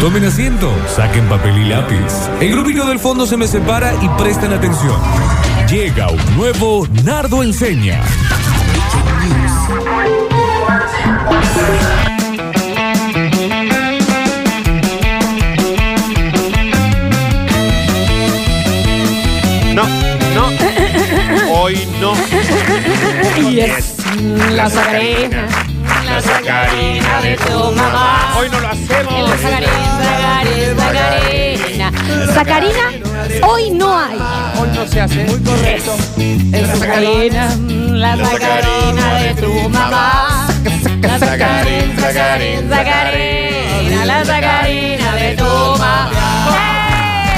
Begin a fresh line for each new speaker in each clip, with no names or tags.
Tomen asiento, saquen papel y lápiz. El grupito del fondo se me separa y presten atención. Llega un nuevo Nardo Enseña.
No, no. Hoy no.
Y es la sacarina, la sacarina de tu mamá.
Hoy no lo hacemos.
La sacarina, sacarina, sacarina. Sacarina, hoy no hay.
Hoy no se hace. Muy correcto.
La sacarina, la sacarina de tu mamá. La sacarina, sacarina, sacarina, la sacarina de tu mamá.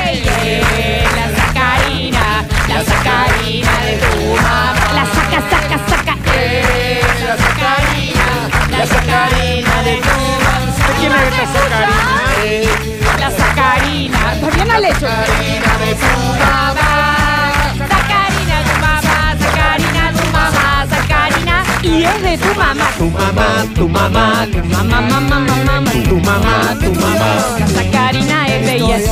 ¡Ey! ey, La sacarina, la sacarina de tu mamá. La saca, saca, saca. ¡Ey! La sacarina, la sacarina de tu mamá.
quién es esta sacarina?
La sacarina. Está bien al hecho. Sacarina de tu mamá. Sacarina de tu mamá. Sacarina de tu mamá. Sacarina. Y es de tu mamá.
Tu mamá, tu mamá, tu
Mamá, mamá, mamá, mamá.
tu mamá, tu mamá.
La sacarina es de yes.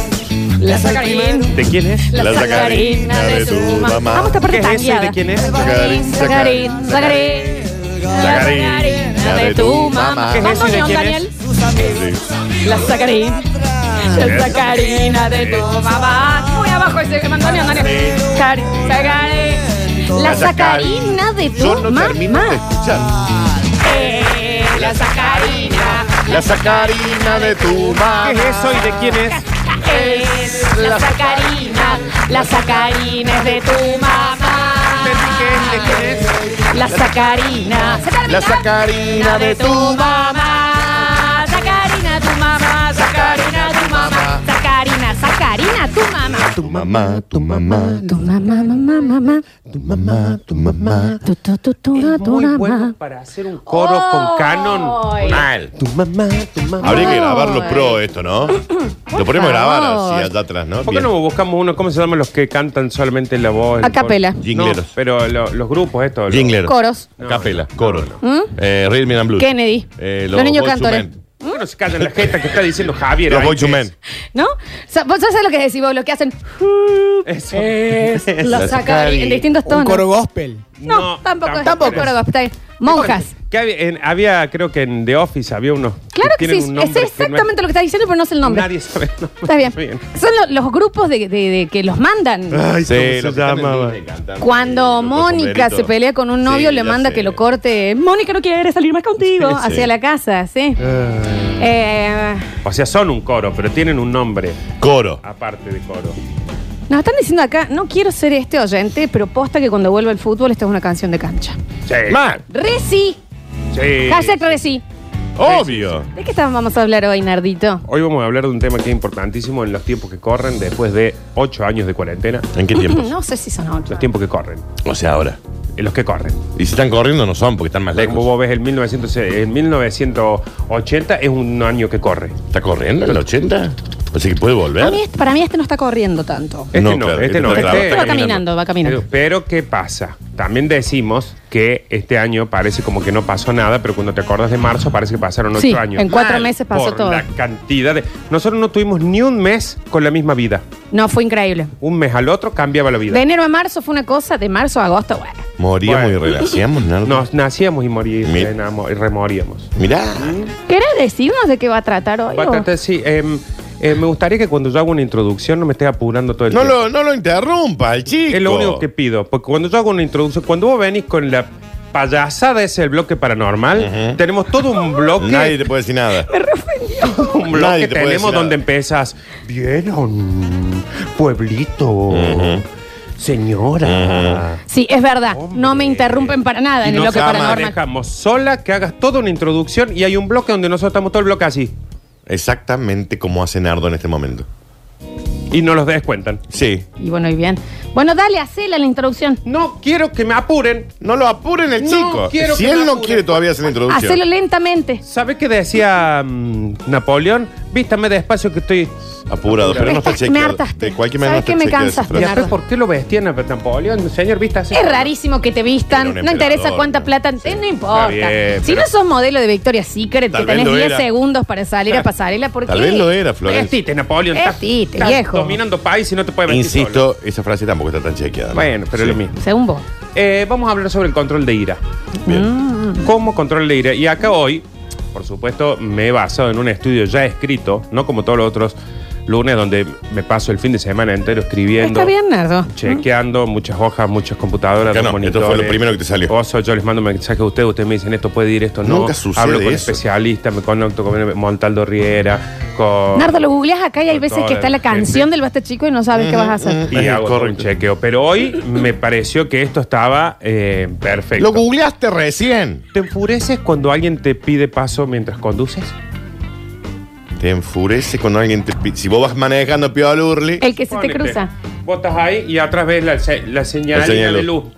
La sacarina.
¿De quién es?
La sacarina de tu mamá. Vamos a esta parte
¿Qué es ese?
tangueada.
¿De quién es?
Sacarina, sacarina, sacarina. Sacarina de tu mamá.
¿Qué es ese?
Vamos,
¿De
León,
quién es?
Daniel. La sacarina. La sacarina de tu mamá. Muy abajo ese que mandó León, Daniel. Cari- sacarina. La sacarina de tu
Yo no termino de
mamá.
escuchar.
Eh, La sacarina.
La sacarina de tu mamá. ¿Qué es eso y de quién es?
es eh, la sacarina, la sacarina es de tu mamá.
¿Qué este es? ¿De quién
La sacarina,
es? La sacarina de tu mamá.
mamá. Sacarina tu mamá, sacarina tu mamá, sacarina, sacarina tu mamá.
Tu mamá, tu mamá,
Tu mamá, mamá, mamá.
tu mamá, tu mamá.
Tu, tu, tu, tu, tu, tu, mamá.
para hacer un coro
con canon.
Mal. Tu mamá, tu mamá.
Habría que grabarlo pro esto, ¿no? Lo ponemos a grabar así allá atrás, ¿no?
¿Por qué
Bien.
no buscamos uno? ¿Cómo se llaman los que cantan solamente la voz? el
A capela.
coro?
Jingleros.
No, pero lo- los grupos estos. los-
Jingler.
Coros. ¿Mm?
No,
Capela,
no,
coro. Eh, Rhythm and Blues.
Kennedy.
Eh,
Los niños
Boyz II
cantores.
Men.
¿Por qué no se callan la gente que está diciendo Javier?
Los
Ay,
Boyz II
es-
Men.
¿No? Sa- Vos sabés lo que decís vos, lo que hacen.
Eso.
La sacarina. En distintos
Un
tonos.
coro gospel.
No, tampoco. es-
tampoco.
Coro gospel, está bien. Monjas.
Que había, en- había, creo que en The Office había unos.
Claro que
tienen
sí,
un
es
nombre que no
exactamente lo que estás diciendo, pero no es el nombre.
Nadie sabe. el nombre.
Está bien. Son lo- los grupos de, de- de que los mandan.
Ay,
Sí,
¿cómo
los
se
que están en
llama?
Disney cantando.
Cuando
Sí, Ah, los
Mónica
sombreritos.
se pelea con un novio,
Sí,
le
ya
manda
sé.
que lo corte. Mónica no quiere salir más contigo.
Sí, Ah. sí.
hacia la casa, sí. Eh,
O sea, son un coro, pero tienen un nombre
Coro.
aparte de coro.
nos están diciendo acá, no quiero ser este oyente, pero posta que cuando vuelva el fútbol, esta es una canción de cancha.
Sí.
Mal.
Resi.
Sí.
Hashtag Resi.
Obvio.
¿De qué estábamos a hablar hoy, Nardito?
Hoy vamos a hablar de un tema que es importantísimo en los tiempos que corren después de ocho años de cuarentena.
¿En qué tiempo?
No sé si son ocho.
Los tiempos que corren.
O sea, ahora.
En los que corren.
Y si están corriendo, no son, porque están más
Como
lejos.
vos ves, el, 1900, el 1980 es un año que corre.
¿Está corriendo en el 80? O sea que puede
Para mí,
volver.
este, para mí este no está corriendo tanto.
Este no,
No, claro,
este
este
no.
está
este-
trabado.
Este va caminando, va caminando.
Pero, pero ¿qué pasa? También decimos que este año parece como que no pasó nada, pero cuando te acordas de marzo parece que pasaron ocho
Sí,
años.
en cuatro
Mal,
meses pasó
por
todo.
La cantidad de. Nosotros no tuvimos ni un mes con la misma vida.
No, fue increíble.
Un mes al otro cambiaba la vida.
De enero a marzo fue una cosa, de marzo a agosto, bueno.
Moríamos
Bueno.
y renacíamos, ¿no?
Nos nacíamos y moríamos
Mi-
y remoríamos.
Mirá.
¿Querés decirnos de qué va a tratar hoy? o?
Bastante, sí. em, eh, me gustaría que cuando yo hago una introducción no me estés apurando todo el
No
tiempo.
lo, no lo interrumpa, el chico.
Es lo único que pido. Porque cuando yo hago una introducción, cuando vos venís con la payasada ese el bloque paranormal, tenemos todo un bloque,
Nadie te puede decir nada.
un bloque
nadie te puede
tenemos
decir
donde
nada.
empezas. Vieron, pueblito, señora.
Sí, es verdad. No me
Hombre.
interrumpen para nada en el
Y nos
bloque
jamás
paranormal.
dejamos sola que hagas toda una introducción y hay un bloque donde nosotros estamos todo el bloque así.
Exactamente como hace Nardo en este momento.
Y no los descuentan.
Sí.
Y bueno, y bien. Bueno, dale, hacela la introducción.
No quiero que me apuren.
No lo apuren el
No
chico.
quiero
Si
que me
él no
apuren.
quiere todavía hacer la introducción.
Hacelo lentamente.
¿Sabes qué decía mm, Napoleón? Vístame despacio que estoy
Apurado, pero no está
Estás-
chequeado.
me hartaste.
De cualquier manera
¿Sabes qué?
no
Me
está chequeada esa
cansaste.
¿Y
frase.
Nardo.
después por qué lo vestían a Napoleón? Señor, viste así.
Es rarísimo que te vistan,
Era un
no interesa
emperador,
cuánta
¿no?
plata,
Sí.
no importa.
Está bien,
si
pero-
no sos modelo de Victoria's Secret,
Tal vez
que tenés
lo
10
era.
segundos para salir a pasarela, ¿por
Tal
qué?
vez lo era, Flores.
Vestite, Napoleón.
Vestite,
estás
viejo.
dominando país y no te puedes vestir solo.
Insisto, esa frase tampoco está tan chequeada. ¿no?
Bueno, pero
Sí.
es lo mismo.
Según vos.
Eh, vamos a hablar sobre el control de ira.
Mm.
Bien.
¿Cómo control de ira? Y acá hoy, por supuesto, me he basado en un estudio ya escrito, no como todos los otros lunes donde me paso el fin de semana entero escribiendo.
Está bien, Nardo.
Chequeando muchas hojas, muchas computadoras,
Acá
dos
no, esto fue
monitores.
lo primero que te salió.
Oso, yo les mando mensajes a ustedes, ustedes me dicen esto puede ir, esto no.
Nunca sucede
Hablo con
eso.
especialistas, me conecto con Montaldo Riera, con.
Nardo, lo googleás acá y hay
con
veces
toda
que está la
gente.
canción del Basta Chico y no sabes qué vas a hacer.
mm.
Y hago todo un
Correcto.
chequeo. Pero hoy me pareció que esto estaba eh, perfecto.
Lo googleaste recién.
¿Te enfureces cuando alguien te pide paso mientras conduces?
Te enfurece cuando alguien te pi- Si vos vas manejando Pío Lurli.
El que se te
Ponete.
cruza.
Vos estás ahí y atrás ves la, se- la señal
La señal
de
de luz.
luz.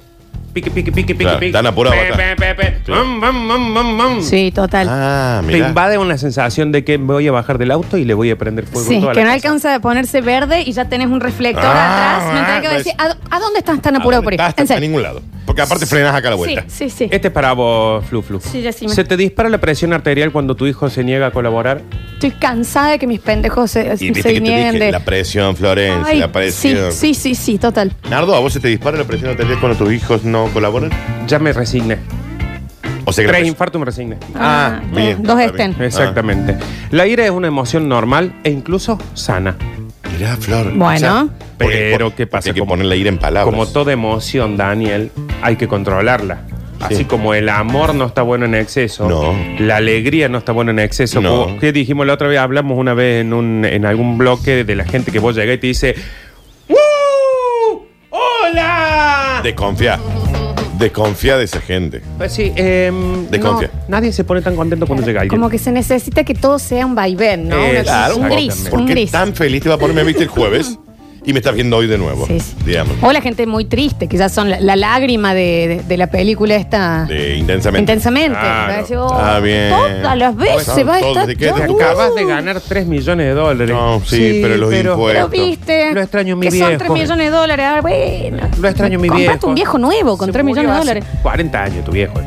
Pique, pique, pique, pique,
Claro,
pique.
tan apurado,
Pe,
está.
pe, pe, pe.
Sí.
Mam, mam, mam, mam, mam.
Sí, total.
Ah,
Te
mira.
invade una sensación de que me voy a bajar del auto y le voy a prender fuego
Sí,
a toda
que
la
no
casa.
alcanza a ponerse verde y ya tenés un reflector
Ah,
atrás. No tenés que
pues-
decir, ¿a, a dónde estás tan apurado por ir? En
A
serio.
ningún lado. Porque aparte frenas acá a la vuelta. Eh.
Sí, sí, sí.
Este es para vos, Flu Flu.
Sí, decime.
¿Se te dispara la presión arterial cuando tu hijo se niega a colaborar?
Estoy cansada de que mis pendejos se,
Y viste
se
que te dije,
nieguen de-
la presión, Florencia,
Ay,
la
sí,
presión.
sí, sí, sí, total.
Nardo, ¿a vos se te dispara la presión arterial cuando tus hijos no colaboran?
Ya me resigné.
O sea que la
Tres
presión-
infartos me resigné.
Ah,
dos-
bien.
Dos
está bien.
estén.
Exactamente. La ira es una emoción normal e incluso sana.
Ah, Mirá, Flor.
Bueno.
Pero, ¿qué pasa?
Hay que
Como-
poner la ira en palabras.
Como toda emoción, Daniel, hay que controlarla. Así como el amor no está bueno en exceso,
No.
la alegría no está buena en exceso.
No.
como- ¿Qué dijimos la otra vez? Hablamos una vez en, un, en algún bloque de la gente que vos llegás y te dice ¡Woo! ¡Hola!
Desconfía. Desconfía de esa gente.
Pues sí, eh,
Desconfía.
no, nadie se pone tan contento cuando llega alguien.
Como que se necesita que todo sea un vaivén, ¿no?
Eh,
Una cosa-
claro,
un
un
gris,
poco
un
Porque
gris.
tan feliz te va a poner, me viste el jueves y me estás viendo hoy de nuevo.
Sí, sí.
Digamos.
O la gente muy triste, que ya son la, la lágrima de, de- de la película esta.
De intensamente.
Intensamente.
Claro.
Va a decir, oh,
Está Ah, bien.
Todas las veces
Todas,
va a
todas,
estar.
¿de qué?
yo-
¿De
Te
Uh.
acabas de ganar 3 millones de dólares.
No, sí, pero los
Pero
impuestos.
viste.
Lo extraño a mi
que son
viejo.
3 millones de dólares. ah, Bueno.
Lo extraño a mi
Comprate
viejo.
un viejo nuevo con
Se
3 millones de
murió hace
dólares.
40 años tu viejo. eh.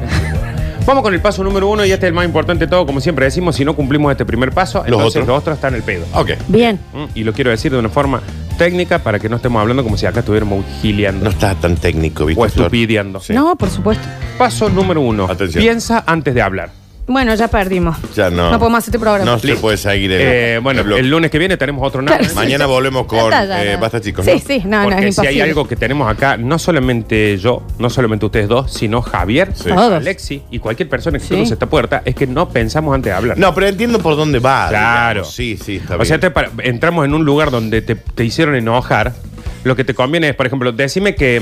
Vamos con el paso número uno y este es el más importante de todo. Como siempre decimos, si no cumplimos este primer paso, entonces
otros.
los otros están en el pedo.
Ok.
Bien.
¿Mm? Y lo quiero decir de una forma técnica para que no estemos hablando como si acá estuviéramos
No
gileando
está tan técnico, ¿viste?
o
Flor?
estupideando.
Sí.
No, por supuesto.
Paso número uno.
Atención.
Piensa antes de hablar.
Bueno, ya perdimos.
Ya no.
No podemos hacer este programa.
No se puede seguir. el-
Eh, bueno,
el blog.
el lunes que viene tenemos otro
Claro,
nada. ¿eh?
sí,
Mañana
sí.
volvemos con,
Ya está, ya,
eh,
ya.
Basta, chicos,
Sí,
¿no?
sí, no, no,
Porque
es
si hay
imposible.
algo que tenemos acá, no solamente yo, no solamente ustedes dos, sino Javier,
Sí.
Todos.
Alexi y cualquier persona que
Sí.
cruce esta puerta, es que no pensamos antes de hablar.
No, pero entiendo por dónde va.
Claro.
digamos. Sí, sí, está
O sea,
bien.
te para- entramos en un lugar donde te, te hicieron enojar. Lo que te conviene es, por ejemplo, decime que.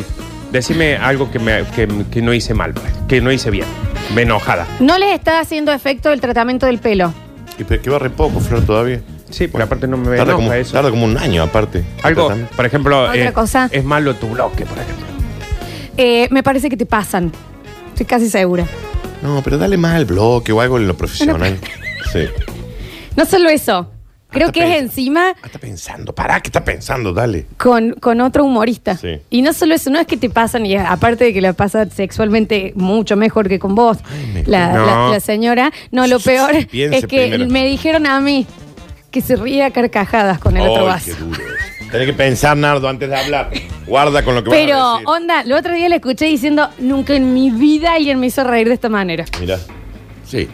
Decime algo que, me- que- que no hice mal, pues, que no hice bien. Me enojada.
No les está haciendo efecto el tratamiento del pelo.
Y pero que va re poco, Flor, todavía.
Sí, pero aparte no me
Tarda
enoja
pues. como,
eso.
tarda como un año, aparte.
Algo,
Totalmente.
por ejemplo, eh,
Otra cosa.
es malo tu bloque, por ejemplo.
Eh, me parece que te pasan. Estoy casi segura.
No, pero dale más al bloque o algo en lo profesional. Sí.
No solo eso. Creo
Hasta
que es
pens-
encima
Ah, está pensando. Pará, que está pensando, dale.
con, con otro humorista.
Sí.
Y no solo eso, no es que te pasan, y aparte de que la pasa sexualmente mucho mejor que con vos,
me-
la,
No.
la- la señora. No, lo peor
Piense
es que
primero.
me dijeron a mí que se ría a carcajadas con el otro
Ay,
vaso.
qué duro es. Tenés que pensar, Nardo, antes de hablar. Guarda con lo que vas a
Pero,
decir.
onda, el otro día la escuché diciendo, nunca en mi vida alguien me hizo reír de esta manera.
Mira. Sí.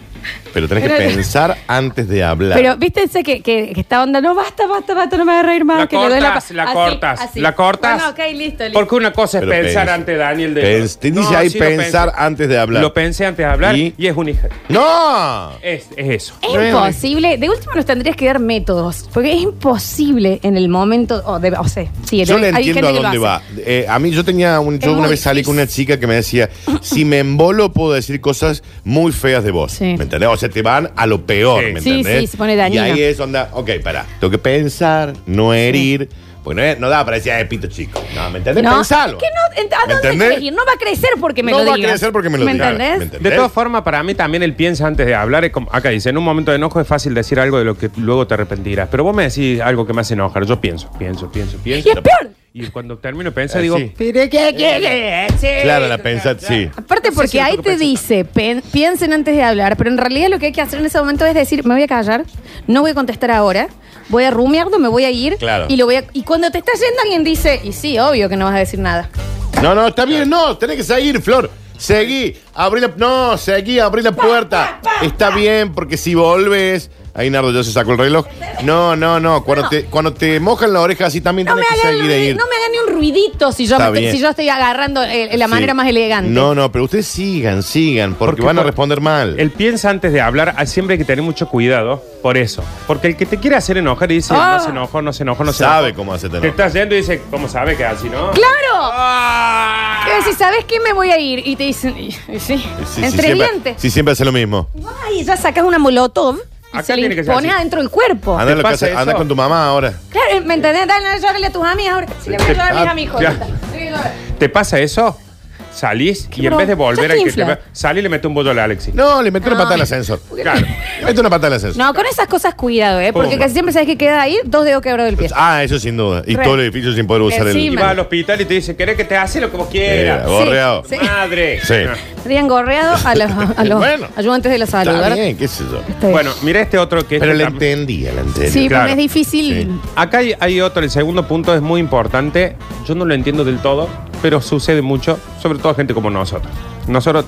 Pero tenés que
Pero-
pensar antes de hablar.
Pero, ¿viste ese que, que, que está onda? No, basta, basta, basta, no me voy a reír más.
La
Ah, que le doy
cortas,
pa-
la
así,
cortas,
así.
la cortas.
Bueno, ok, listo, listo.
Porque una cosa es
Pero
pensar
pensa.
ante Daniel de.
Pens- te dice
No,
ahí
sí lo
pensar
pensé.
antes de hablar.
Lo pensé antes de hablar
Y-
y, es un hija.
¡No!
Es, es eso.
Es
Bueno.
imposible. De último nos tendrías que dar métodos. Porque es imposible en el momento. O, de, o sea, sí,
Yo
de-
le
hay
entiendo a
gente que lo
dónde va.
hace.
Eh, a mí yo tenía un, yo
Es
una
muy
vez salí con una chica que me decía, si me embolo puedo decir cosas muy feas de vos.
Sí.
¿Me entendés? O sea, te van a lo peor,
Sí.
¿me
Sí,
entendés?
sí, se pone
Y
dañino.
ahí es onda, ok, pará. Tengo que pensar, no herir. Porque no, es- no da para decir, "Ay, pito chico. No, ¿me entendés?
No,
Pensalo.
que no, ent- ¿A
¿Me
dónde
entendés?
querés ir? No va a crecer porque me
no
lo
va
digas.
a crecer porque me lo
¿Me
digas.
entendés?
¿Me
De
entendés?
todas formas, para mí también él piensa antes de hablar. es como- acá dice, en un momento de enojo es fácil decir algo de lo que luego te arrepentirás. Pero vos me decís algo que me hace enojar. Yo pienso, pienso, pienso, pienso.
Y es peor.
Y cuando termino de pensar,
Eh,
digo,
sí.
¿Pero qué quiere? Sí.
Claro, la pensad, sí.
Aparte
No
porque
sé si es lo
ahí
que
te
pensé.
dice, "Pen- piensen antes de hablar, pero en realidad lo que hay que hacer en ese momento es decir, me voy a callar, no voy a contestar ahora, voy a rumiarlo, me voy a ir
Claro.
y lo voy a y cuando te estás yendo alguien dice, y sí, obvio que no vas a decir nada.
No, no, está bien, no, tenés que seguir, Flor. Seguí, abrí la. No, seguí, abrí la puerta. Está bien, porque si volves. Ahí Nardo ya se sacó el reloj. No, no, no. Cuando,
No.
Te, cuando te mojan la oreja así también
No me,
tenés que
hagan
seguir e
ruidi-
ir.
no me hagan ni un ruidito si yo,
Está
me-
bien.
si yo estoy agarrando eh, la
Sí.
manera más elegante.
No, no, pero ustedes sigan, sigan, porque,
Porque
van a
por-
responder mal.
Él piensa antes de hablar, ah, siempre hay que tener mucho cuidado por eso. Porque el que te quiere hacer enojar y dice,
Ah.
no se enojó, no se enojó, no se
Sabe
enojó.
cómo hacerte
Te
enojar.
estás yendo y dice, ¿cómo sabe que es así, no?
¡Claro!
Ah.
Que si sabes que me voy a ir y te dicen, y- y sí,
Sí, sí,
entre
siempre-
dientes.
Sí, siempre hace lo mismo.
Ay, ya sacas una molotov y
Acá
se
tiene
le
que ser
pones
así.
adentro del cuerpo.
Anda,
¿Te
lo que
pasa
hace- anda
eso?
con tu mamá ahora.
Claro, eh, ¿me entendés? Dale, no, llórale a tus amigas ahora. Si le voy a llorar a mis
Ah,
amigos.
ya.
ahorita. Le voy a llorar.
¿Te pasa eso? Salís y en
bro-
vez de
ya
volver
te
al que te
infla.
va- salí y le meto un bollo a Alexis.
No, le metió una
No.
patada al ascensor.
Claro.
Le metió una patada al ascensor.
No, con esas cosas cuidado, ¿eh? Porque
Pum.
casi siempre sabes que queda ahí dos dedos quebrados del pie.
Ah, eso sin duda. Y
Re.
todo el edificio sin poder usar
Y
Encima.
el.
vas al hospital y te dice, ¿querés que te hace lo que vos
Eh,
quieras?
borreado.
Sí.
Madre.
Sí.
Ah.
Habían gorreado a los, a los
Bueno.
ayudantes de la salud,
Está
¿verdad?
bien, qué sé yo.
Está bien.
Bueno, mira este otro que es
Pero la entendía, la entendía.
sí,
claro.
pero es difícil.
Acá hay, hay otro, el segundo punto es muy importante. Yo no lo entiendo del todo, pero sucede mucho, sobre todo a gente como nosotros. Nosotros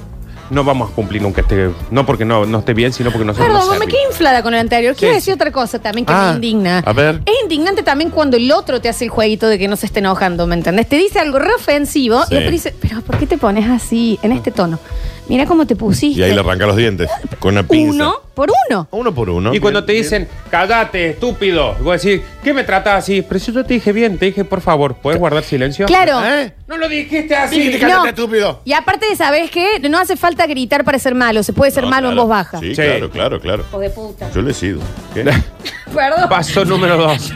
no vamos a cumplir nunca este, no porque no, no esté bien, sino porque nosotros
Perdón,
no
vos me
servimos.
quedé inflada con el anterior. Quiero
Sí,
decir
sí.
otra cosa también que
Ah,
me indigna.
a ver.
Es indignante también cuando el otro te hace el jueguito de que no se esté enojando, ¿me entendés? Te dice algo re ofensivo
Sí.
y otro dice, pero ¿por qué te pones así, en este tono? Mira cómo te pusiste.
Y ahí le arranca los dientes. Con una pinza.
uno por uno.
Uno por uno.
Y cuando
Bien,
te
bien.
dicen, cállate, estúpido, y vos decís, ¿qué me tratás así? Pero si yo te dije bien, te dije, por favor, ¿puedes guardar silencio?
Claro.
¿Eh?
No lo dijiste así.
Sí, te cállate, estúpido.
Y aparte de sabes que no hace falta gritar para ser malo, se puede ser
No,
malo en
claro.
voz baja.
Sí,
Sí.
claro, claro, claro.
Hijo de puta.
Yo le he sido. ¿Qué?
Perdón.
Paso número dos.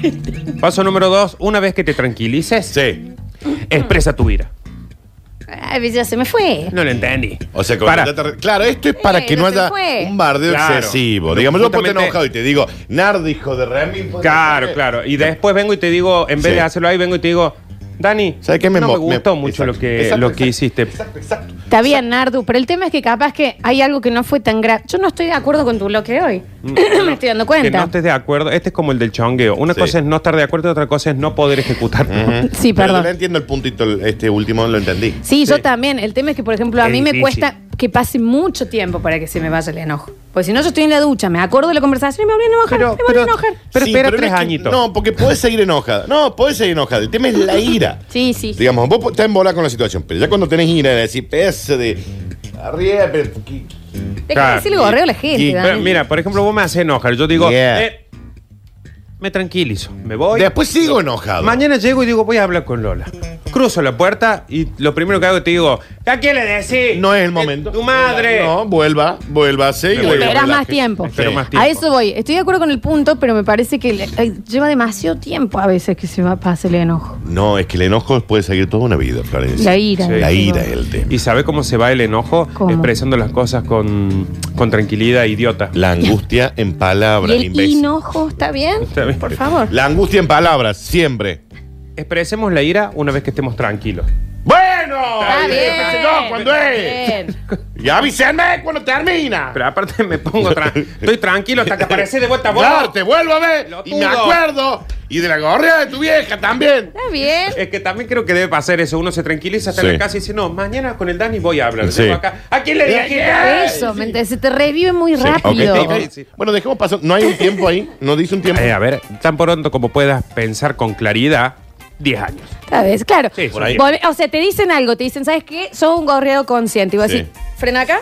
Paso número dos, una vez que te tranquilices,
Sí.
expresa tu ira.
Ay, ya se me fue.
No lo entendí.
O sea,
Para.
cuando ya te- claro, esto es para
Eh,
que no
no se
haya
fue.
un bardeo
Claro.
excesivo.
Pero
Digamos, yo puedo estar
justamente-
enojado y te digo, Nardo, hijo de Remy. ¿puedes
Claro,
hacer?
claro. Y después vengo y te digo, en vez
Sí.
de hacerlo ahí, vengo y te digo, Dani,
¿Sabes qué? Me
no
mo-
me gustó
me-
mucho
exacto,
lo que,
exacto,
lo que
exacto,
hiciste.
Exacto, exacto.
Está bien, Nardu, pero el tema es que capaz que hay algo que no fue tan grave. Yo no estoy de acuerdo con tu bloque hoy.
Mm.
me estoy dando
Que no
cuenta.
estés de acuerdo. Este es como el del chongueo. Una
Sí.
cosa es no estar de acuerdo y otra cosa es no poder ejecutar.
Sí,
Pero
perdón.
no entiendo el puntito, el- este último lo entendí.
Sí, yo
Sí.
también. El tema es que, por ejemplo, a
Es
mí me
difícil.
cuesta que pase mucho tiempo para que se me vaya el enojo. Porque si no, yo estoy en la ducha, me acuerdo de la conversación y me volví a enojar,
Pero,
me volví a
pero,
enojar.
pero
Sí,
espera
no
tres
es que-
añitos.
No, porque puedes seguir enojada. No, puedes seguir enojada. El tema es la ira.
Sí, sí.
Digamos, vos po- estás embolada con la situación, pero ya cuando tenés ira, decís, pese de. Arriba, pero. que-
Te que
Claro.
decir el gorreo a la gente,
Y-
Dani.
Ah, Pero mira, por ejemplo, vos me haces enojar. Yo digo,
Yeah.
eh, me tranquilizo, me voy.
Después sigo enojado.
Mañana llego y digo, voy a hablar con Lola. Cruzo la puerta y lo primero que hago es te digo, ¿a quién le decís?
No es el
Eh,
momento.
Tu madre.
No, vuelva, vuelva a seguir.
Me voy.
Esperás
Relaje.
más tiempo.
Espero
Sí.
más tiempo.
A eso voy. Estoy de acuerdo con el punto, pero me parece que le- eh, lleva demasiado tiempo a veces que se va pase el enojo.
No, es que el enojo puede seguir toda una vida, Florencia.
La ira.
La
digo.
ira es el tema.
¿Y sabe cómo se va el enojo?
¿Cómo?
Expresando las cosas con, con tranquilidad, e idiota.
La angustia en
¿Y
palabras,
el
imbécil.
hinojo está bien?
Está bien.
Por favor.
La angustia en palabras, siempre.
Expresemos la ira una vez que estemos tranquilos.
¡Bueno!
Está bien.
¿Qué sé yo cuándo es?
Bien.
Y avísenme cuando termina.
Pero aparte me pongo tra- estoy tranquilo hasta que aparece de vuelta vos.
Claro, te vuelvo a ver. Y me
Pelotudo.
acuerdo. Y de la gorrea de tu vieja también.
Está bien.
Es que también creo que debe pasar eso. Uno se tranquiliza hasta
Sí.
la casa y dice, no, mañana con el Dani voy a hablar.
Sí.
Llego acá. ¿A quién le dije?
Eso, ¿me entiendes? se te revive muy rápido.
Ok, ok. Bueno, dejemos pasar. No hay un tiempo ahí. No dice un tiempo.
Eh, a ver, tan pronto como puedas pensar con claridad, 10 años.
¿Sabes? Claro.
Sí, por ahí.
Volve- o sea, te dicen algo, te dicen, ¿sabes qué? Sos un gorreado consciente. Y vos
Sí.
decís, frena acá,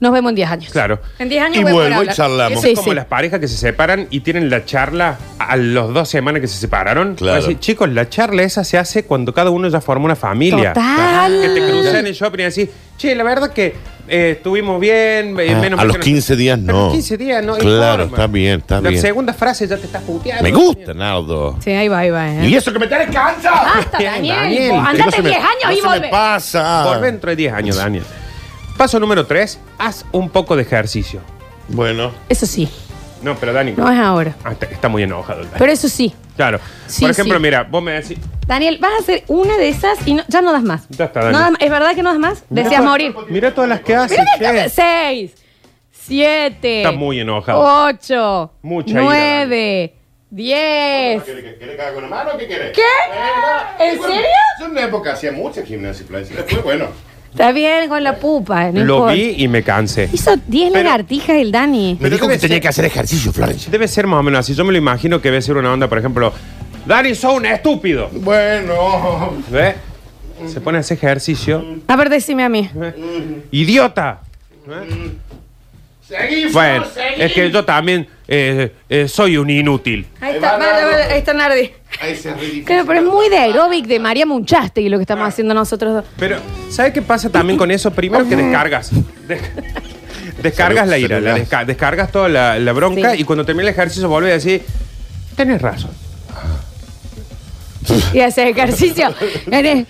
nos vemos en 10 años.
Claro.
En 10 años
Y
voy a poder
vuelvo y
hablar.
charlamos.
Eso es como las parejas que se separan y tienen la charla a los dos semanas que se separaron.
Claro.
Así, chicos, la charla esa se hace cuando cada uno ya formó una familia.
Total.
Que te cruzan en el shopping y decís, che, la verdad que eh, estuvimos bien, eh,
Ah,
menos
a los
menciones.
15 días no.
A los 15 días no. hay
Claro,
forma.
está bien, está
La
bien.
segunda frase ya te estás puteando.
Me gusta, Nardo.
Sí, ahí va, ahí va. ¿eh?
Y eso que me tenés cansa.
Basta, Daniel.
Daniel,
vos
Que no
Andate
se me-
10 años
no
y
se me
volvé.
pasa.
Volvé dentro de 10 años, Daniel. Paso número 3. Haz un poco de ejercicio.
Bueno.
Eso sí,
No, pero Dani.
no es ahora.
Ah, está, está muy enojado el Dani.
Pero eso sí.
Claro.
Sí,
Por ejemplo,
sí.
mira, vos me decís.
Daniel, vas a hacer una de esas y no- ya no das más.
Ya está,
No
Daniel.
das más. ¿Es verdad que no das más? Deseas morir.
Mira todas las que haces. che.
6, 7.
Está muy enojado.
8.
Mucha ira,
9. 10.
¿Querés que- querés que haga con la mano o qué querés?
¿Qué?
Eh,
¿En
no. Bueno,
serio?
Yo en una época hacía mucha gimnasia y Después, bueno.
Está bien con la pupa. No
Lo
importa.
vi y me cansé.
Hizo 10
Pero-
lagartijas el Dani.
Me
Pero
dijo
debe
que tenía
ser-
que hacer ejercicio, Florencia.
Debe ser más o menos así. Yo me lo imagino que debe ser una onda, por ejemplo, Dani, sos un estúpido.
Bueno.
¿Ve? Se pone a hacer ejercicio.
A ver, decime a mí.
¡Idiota!
Seguí, Flor,
Bueno,
seguí.
es que yo también eh, eh, soy un inútil.
Ahí
Ahí
está,
va,
vale,
Nardo.
vale, ahí está Nardi.
Ahí se ríe.
Claro, pero es muy de aeróbic de María Munchaste y lo que estamos haciendo nosotros dos.
Pero, ¿sabes qué pasa también con eso? Primero que descargas. Des- descargas
Salud,
la ira, la
celular.
desca- descargas toda la, la bronca
Sí.
y cuando termina el ejercicio vuelve a decir, tenés razón.
y hacer ejercicio. Eres-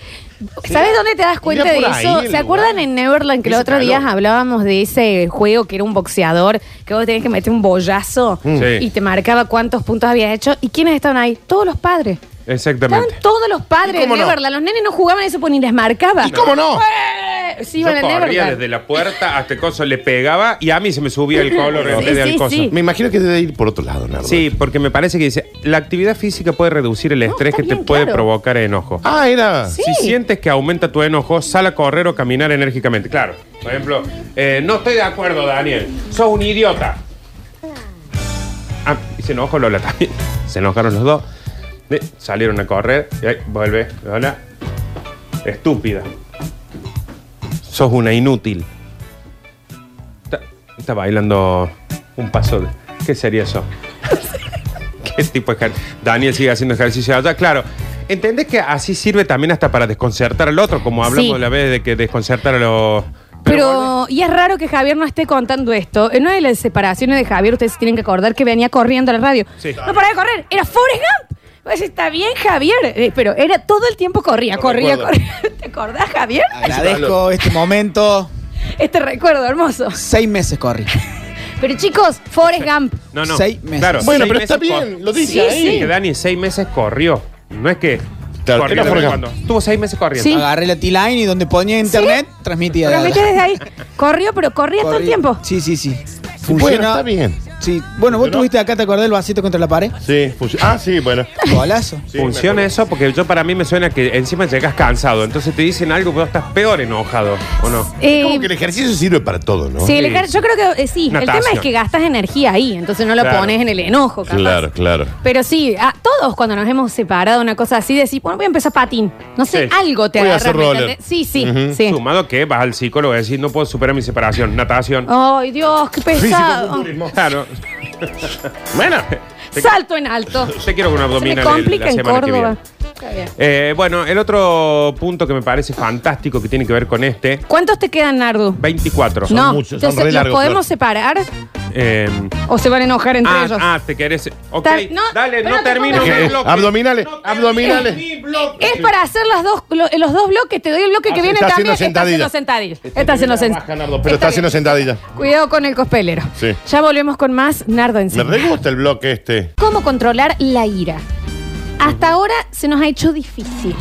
¿Sabes dónde te das cuenta
Mira
de
por ahí
eso?
el
¿Se acuerdan
lugar.
en Neverland que los
Ese
otros días
calor.
hablábamos de ese juego que era un boxeador, que vos tenías que meter un bollazo
Mm.
Sí.
y te marcaba cuántos puntos habías hecho? ¿Y quiénes estaban ahí? Todos los padres. Estaban
Exactamente.
todos los
¿Y
padres en
cómo no?
Neverland. Los nenes no jugaban eso porque ni les marcaba.
¿Y cómo no?
¡Eh! Sí,
Yo
iban a
corría
Neverland.
desde la puerta hasta el coso, le pegaba y a mí se me subía el color en
Sí,
vez del
sí,
coso.
sí.
Me imagino que debe ir por otro lado, Nardo.
Sí, porque me parece que dice, la actividad física puede reducir el estrés
está
que te
bien,
puede
claro.
provocar enojo.
Ah, era.
Sí.
Si sientes que aumenta tu enojo, sal a correr o caminar enérgicamente. Claro, por ejemplo, eh, no estoy de acuerdo, Daniel. Sos un idiota. Ah, y se enojó Lola también. Se enojaron los dos. De- salieron a correr. Y ahí vuelve, Lola. Estúpida. Sos una inútil. Está, está bailando un paso. de- ¿Qué sería eso? ¿Qué tipo de ejercicio? Daniel sigue haciendo ejercicio allá, claro. ¿Entendés que así sirve también hasta para desconcertar al otro? Como hablamos
Sí.
la vez de que desconcertar a los... bueno,
Pero, y es raro que Javier no esté contando esto. Eh, En una de las separaciones de Javier, ustedes se tienen que acordar que venía corriendo a la radio.
Sí.
No paraba de correr, era Forrest Gump. Pues está bien, Javier. Eh, pero era todo el tiempo corría,
Lo
corría,
recuerdo.
corría. ¿Te acordás, Javier?
Ah,
Agradezco este momento.
Este recuerdo hermoso.
Seis meses corrí.
Pero chicos, Forrest Gump.
no, no.
Seis meses.
Claro,
Bueno,
seis
pero está
meses
bien,
cor-
lo dice
Sí,
ahí.
sí.
Que Dani en seis meses corrió. No es que...
Claro,
corrió
era
de vez
Forrest
en cuando. Estuvo seis meses corriendo.
Sí.
Agarré la T-Line y donde ponía internet, transmitía.
Lo metí desde ahí. Corrió, pero corría todo el
Corrí.
tiempo.
Sí, sí, sí.
Bueno, está bien.
Sí. Bueno, vos
Pero-
tuviste acá, ¿te acordás del vasito contra la pared?
Sí, func- Ah, sí, bueno.
Golazo.
Sí,
Ah, Funciona
me acuerdo.
eso porque yo para mí me suena que encima llegas cansado. Entonces te dicen algo, pero estás peor enojado, ¿o no?
Eh,
Como que el ejercicio sirve para todo, ¿no?
sí, el
Sí,
ejer-
sí.
yo creo que eh, sí. El tema
Natación.
es que gastas energía ahí, entonces no la
Claro.
pones en el enojo, capaz.
Claro, claro.
Pero sí, a todos cuando nos hemos separado una cosa así, decir, bueno, voy a empezar patín. No sé,
Sí.
algo te
Voy a
agarra,
hacer
¿me
roller.
entendés? Sí, sí,
Ujú.
sí.
Sumado que vas al psicólogo y decís, no puedo superar mi separación. Natación.
Ay, Dios, qué pesado.
Claro. bueno.
Salto en alto.
Te quiero con un
Se me
abdominal el-
complica
la
en
semana que
Córdoba.
viene.
Está bien.
Eh, bueno, el otro punto que me parece fantástico que tiene que ver con este,
¿Cuántos te quedan, Nardu?
24.
no,
muchos, son
entonces,
re
¿los
largos,
podemos separar
Eh,
o se van a enojar entre
ah,
ellos?
ah, te querés. Ok,
Ta- no,
dale, no
espérate,
termino
¿cómo?
mi
Eh,
bloque.
abdominales,
No termino
abdominales.
mi bloque.
Es para hacer las dos, lo- los dos bloques. Te doy el bloque
Ah,
que viene
está haciendo
también. Está haciendo
sentadilla. Este
sentadillas. Está haciendo
Baja,
sentadillas.
Nardo, Pero está haciendo sentadilla.
Cuidado con el cospelero.
Sí.
Ya volvemos con más Nardo en
Me
Cine.
re gusta el bloque este.
¿Cómo controlar la ira? Hasta ahora se nos ha hecho difícil.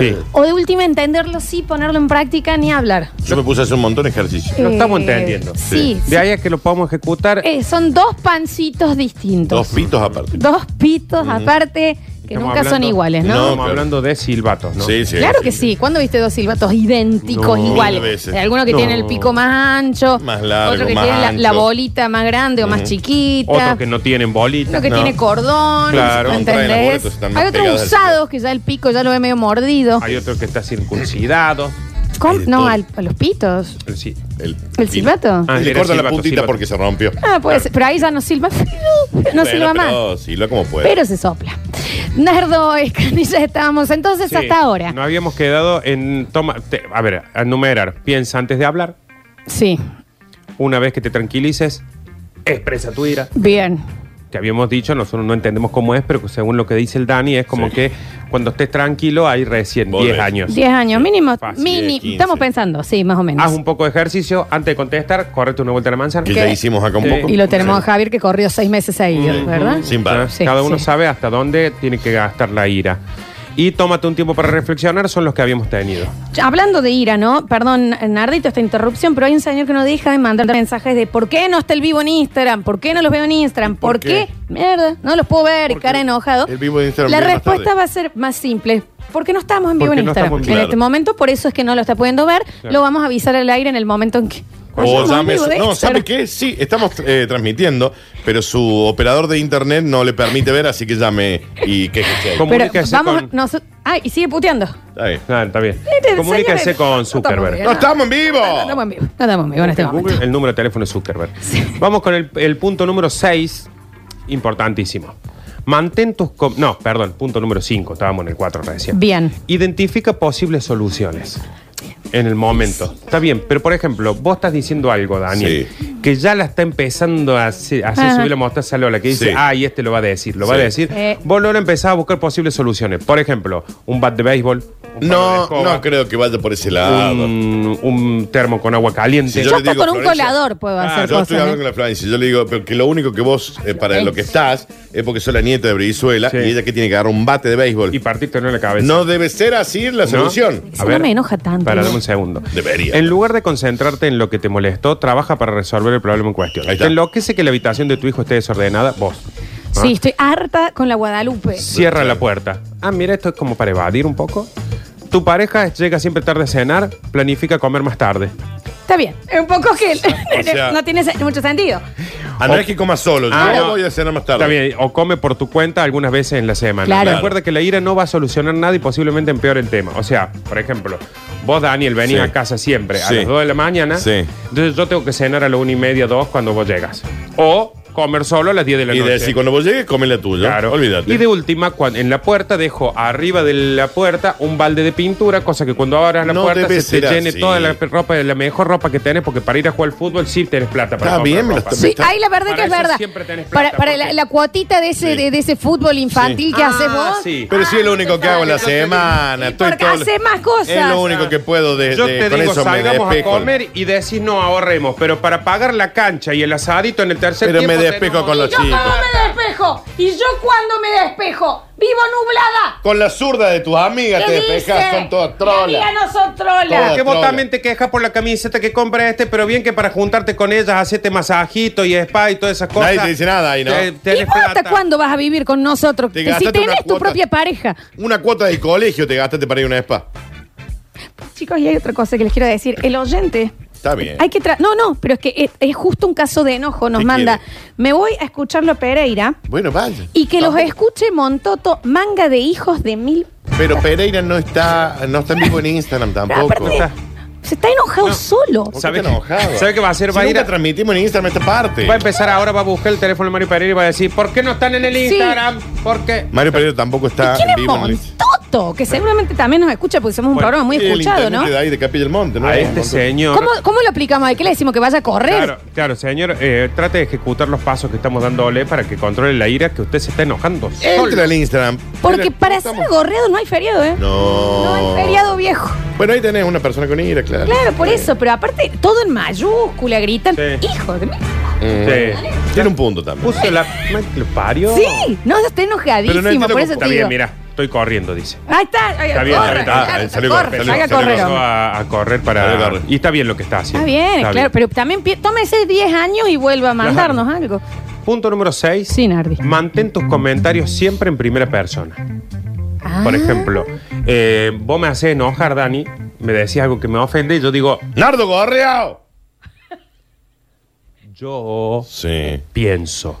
Sí.
O de última entenderlo sí, ponerlo en práctica ni hablar.
Yo me puse a hacer un montón de ejercicio.
Lo
Eh,
estamos entendiendo.
Sí. sí.
De ahí es que lo podamos ejecutar.
Eh, son dos pancitos distintos.
Dos pitos aparte.
Dos pitos aparte que
Estamos
nunca son
hablando-
iguales, ¿no?
No,
Estamos
claro.
hablando de silbatos, ¿no?
Sí, sí.
Claro que sí. ¿Cuándo viste dos silbatos idénticos,
No.
iguales?
Mil veces.
Eh, Alguno que
No.
tiene el pico más ancho,
Más largo,
otro que
más
tiene la, la
ancho.
bolita más grande o más chiquita,
Otros que no tienen
uno
bolitas.
que
no.
tiene cordón,
Claro.
¿me
No traen las boletas,
entendés?
están más
Hay otros
pegadas al
usados que ya el pico ya lo ve medio mordido.
Hay otro que está circuncidado.
¿Cómo?
Hay de
No,
todo.
al- a los pitos.
Sí.
El,
¿El silbato?
Ah,
Y le
era
corta la
silbato,
puntita
silbato.
porque se rompió.
Ah, puede ser. Pero ahí ya no silba. No silba más.
No, silba como puede.
Pero se sopla. Nardo Escanilla, estábamos entonces
Sí.
Pues hasta ahora.
No habíamos quedado en. Toma, te- a ver, a enumerar. Piensa antes de hablar.
Sí,
Una vez que te tranquilices, expresa tu ira.
bien.
Te habíamos dicho, nosotros no entendemos cómo es, pero según lo que dice el Dani, es como que cuando estés tranquilo hay recién
Volvés.
10 años.
10 años mínimo.
Fácil,
mini-
15.
Estamos pensando, sí, más o menos.
Haz un poco de ejercicio antes de contestar, correte una vuelta a la manzana.
Que
¿Qué?
ya hicimos acá un
Sí.
poco.
Y lo tenemos a Javier que corrió seis meses seguidos, ¿verdad?
Sin
Claro,
parar.
Sí,
Cada uno
sí.
sabe hasta dónde tiene que gastar la ira. Y tómate un tiempo para reflexionar, son los que habíamos tenido.
Hablando de ira, ¿no? Perdón, Nardito, esta interrupción, pero hay un señor que no deja de mandar mensajes de ¿por qué no está el vivo en Instagram? ¿Por qué no los veo en Instagram? ¿Por,
por
qué?
qué?
Mierda, no los puedo ver,
Porque
cara enojado.
el vivo de Instagram
La
viene más
respuesta
tarde.
va a ser más simple. Porque no estamos en vivo
Porque
en
no
Instagram
estamos
en
en vivo.
este momento, por eso es que no lo está pudiendo ver.
Claro.
Lo vamos a avisar al aire en el momento en que.
O
Vayamos
llame
en vivo
su-
de
no,
Instagram.
¿sabe qué? Sí, estamos eh, transmitiendo, pero su operador de internet no le permite ver, así que llame y que
¿Cómo?
Pero
Comuníquese
vamos,
con-
nos- ay, y sigue puteando.
Ah, está bien.
Este
Comuníquese
señor-
con
No estamos
Zuckerberg.
bien.
¡No estamos en vivo!
No estamos en vivo, no estamos en vivo en este
el,
momento.
Google- el número de teléfono es Zuckerberg. Vamos con el, el punto número 6, importantísimo. Mantén tus... com- No, perdón, punto número 5, estábamos en el 4 recién.
Bien.
Identifica posibles soluciones en el momento. Está bien, pero por ejemplo, vos estás diciendo algo, Daniel, que ya la está empezando a hacer, a hacer
Ajá.
subir la mostaza a Lola, que dice,
Sí.
ay, este lo va a decir, lo va a
Sí.
decir.
Eh.
Vos, Lola, empezás a buscar posibles soluciones. Por ejemplo, un bat de béisbol. un palo de
No,
escoba,
no creo que vaya por ese lado.
un, un termo con agua caliente.
Si
Yo
Yo le
hasta
digo,
con un
Florencia,
colador puedo
ah,
hacer
Yo
cosas.
estoy hablando
¿eh?
con la Florencia, yo le digo pero que lo único que vos, eh, para lo que estás, es porque sos la nieta de Brizuela
Sí.
y ella que tiene que agarrar un bate de béisbol.
y partirte en la cabeza.
No debe ser así la
¿No?
solución.
Eso no me enoja tanto.
Para, dame un segundo.
Debería.
En lugar de concentrarte en lo que te molestó, trabaja para resolver el problema en cuestión.
Ahí
Te
está.
enloquece que la habitación de tu hijo esté desordenada, vos.
¿Ah?
¿no?
Sí, estoy harta con la Guadalupe.
Cierra la puerta. Ah, mira, esto es como para evadir un poco. Tu pareja llega siempre tarde a cenar, planifica comer más tarde.
Está bien. Es un poco que
sea-
no tiene se- mucho sentido.
Andrés que coma solo, yo
Ah, no.
voy a cenar más tarde.
Está bien, o come por tu cuenta algunas veces en la semana.
Claro.
Recuerda que la ira no va a solucionar nada y posiblemente empeore el tema. O sea, por ejemplo, vos, Daniel, venís
Sí.
a casa siempre a
Sí.
las 2 de la mañana.
Sí.
Entonces yo tengo que cenar a las 1 y media, 2 cuando vos llegas. O comer solo a las 10 de la
Y
noche.
decir, cuando vos llegues, come la tuya.
Claro.
Olvídate.
Y de última, cuan- en la puerta dejo arriba de la puerta un balde de pintura, cosa que cuando abras la
No
puerta
debe
se te
ser
llene
así.
toda la pe- ropa, la mejor ropa que tenés, porque para ir a jugar al fútbol sí tenés plata para
Está
comprar
bien, me lo
ropa.
está-
Sí,
Está-
ahí la verdad
Para
que es
eso
verdad.
siempre tenés plata,
para para la,
porque-
la cuotita de ese,
Sí.
de, de ese fútbol infantil que haces
Ah,
vos.
sí.
Pero sí es lo único que hago en la
yo te digo-
semana.
Y
estoy
porque
todo el-
hace más cosas.
Es lo único que puedo de,
Yo
de-
te
con
digo,
eso me
salgamos a
despejo.
comer y decís no ahorremos, pero para pagar la cancha y el asadito en el tercer
Pero
tiempo...
me
tenemos-
despejo con los
Y yo-
chicos.
despejo. ¿Y yo cuando me despejo? ¡Vivo nublada!
Con la zurda de tus amigas te despejas, son todas trolas.
no son trolas!
Todas.
Que vos
Trola.
también te quejas por la camiseta que compra este, pero bien que para juntarte con ellas, hacerte masajito y spa y todas esas cosas.
Nadie te dice nada ahí, ¿no?
Te- tenés
¿Y vos hasta
plata.
cuándo vas a vivir con nosotros?
Te
si
gastaste
tenés
una
tu
cuota.
propia pareja.
Una cuota del colegio te gastaste para ir a una spa.
Chicos, y hay otra cosa que les quiero decir. El oyente.
Está bien.
Hay que tra- no, no, pero es que es, es justo un caso de enojo. Nos
Eh. ¿Qué
manda,
quiere?
me voy a escucharlo a Pereira
Bueno, vaya.
y que los
Tampoco-
escuche Montoto, manga de hijos de mil.
Pero Pereira no está, no está en vivo en Instagram tampoco.
Ah, Aparte, se está enojado solo.
¿Por qué
¿Sabe
está
qué?
enojado?
¿Sabe qué va a hacer?
Si
Va a ir
nunca
a-
transmitimos en Instagram esta parte.
Va a empezar ahora, va a buscar el teléfono de Mario Pereira y va a decir, ¿por qué no están en el
Sí.
Instagram? ¿Por qué?
Mario Pereira tampoco está
¿Quién
en
es
vivo en el-
Montoto? Que seguramente también nos escucha porque somos un
Bueno,
programa muy
Sí, el
escuchado, ¿no?
intendente de ahí de Capilla del Monte, ¿no?
A
Monte.
este señor.
¿Cómo, ¿Cómo lo aplicamos? ¿A qué le decimos que vaya a correr?
Claro, claro, señor, eh, trate de ejecutar los pasos que estamos dándole para que controle la ira que usted se está enojando.
Entra
solo.
al Instagram.
Porque
Mira,
para ser
estamos-
gorreado no hay feriado, ¿eh?
No.
No hay feriado viejo.
Bueno, ahí tenés una persona con ira, claro.
Claro, por eso, pero aparte, todo en mayúscula, gritan,
Sí.
hijo de mí.
Sí.
Tiene un punto también.
Puso la. ¿Lo parió?
Sí, no, está enojadísimo,
Pero no entiendo
por eso
cómo-
te
Está bien,
digo.
mira, estoy corriendo, dice.
Ahí está, ahí,
Está bien,
corre,
está bien,
claro,
está bien,
corre,
salió,
salga a
salió,
correr.
salió.
Empezó
hombre.
a, a correr para.
Dale, dale.
Y está bien lo que está
Está
haciendo.
bien, claro,
bien.
pero también pi- tómese 10 años y vuelva a mandarnos algo.
Punto número 6.
Sí, Nardi.
Mantén tus comentarios siempre en primera persona. Por
Ah.
ejemplo, eh, vos me haces enojar, Dani, me decís algo que me ofende y yo digo,
¡Nardo Gorreao!
yo
Sí.
pienso.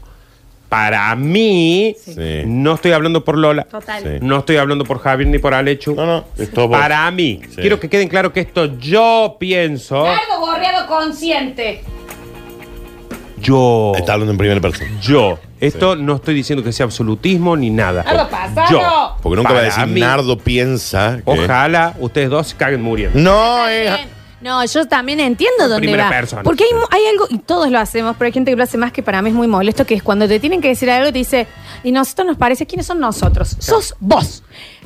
Para mí,
Sí.
no estoy hablando por Lola,
Total.
Sí.
no estoy hablando por Javier ni por Alechu.
No, no, es todo vos.
Para mí,
Sí.
quiero que queden claro que esto yo pienso.
Algo gorreado consciente.
Yo.
Está hablando en primera persona.
Yo. Esto no estoy diciendo que sea absolutismo ni nada.
Algo pasado.
Yo.
Porque nunca va a
Para
decir
mí.
Nardo piensa. que- Mm.
Ojalá ustedes dos se caguen muriendo.
No eh, es.
No, yo también entiendo
En
dónde
primera
va.
persona.
Porque hay, mu- hay algo, y todos lo hacemos, pero hay gente que lo hace más que para mí es muy molesto, que es cuando te tienen que decir algo, te dice, y nosotros nos parece, ¿quiénes son nosotros? Sos vos.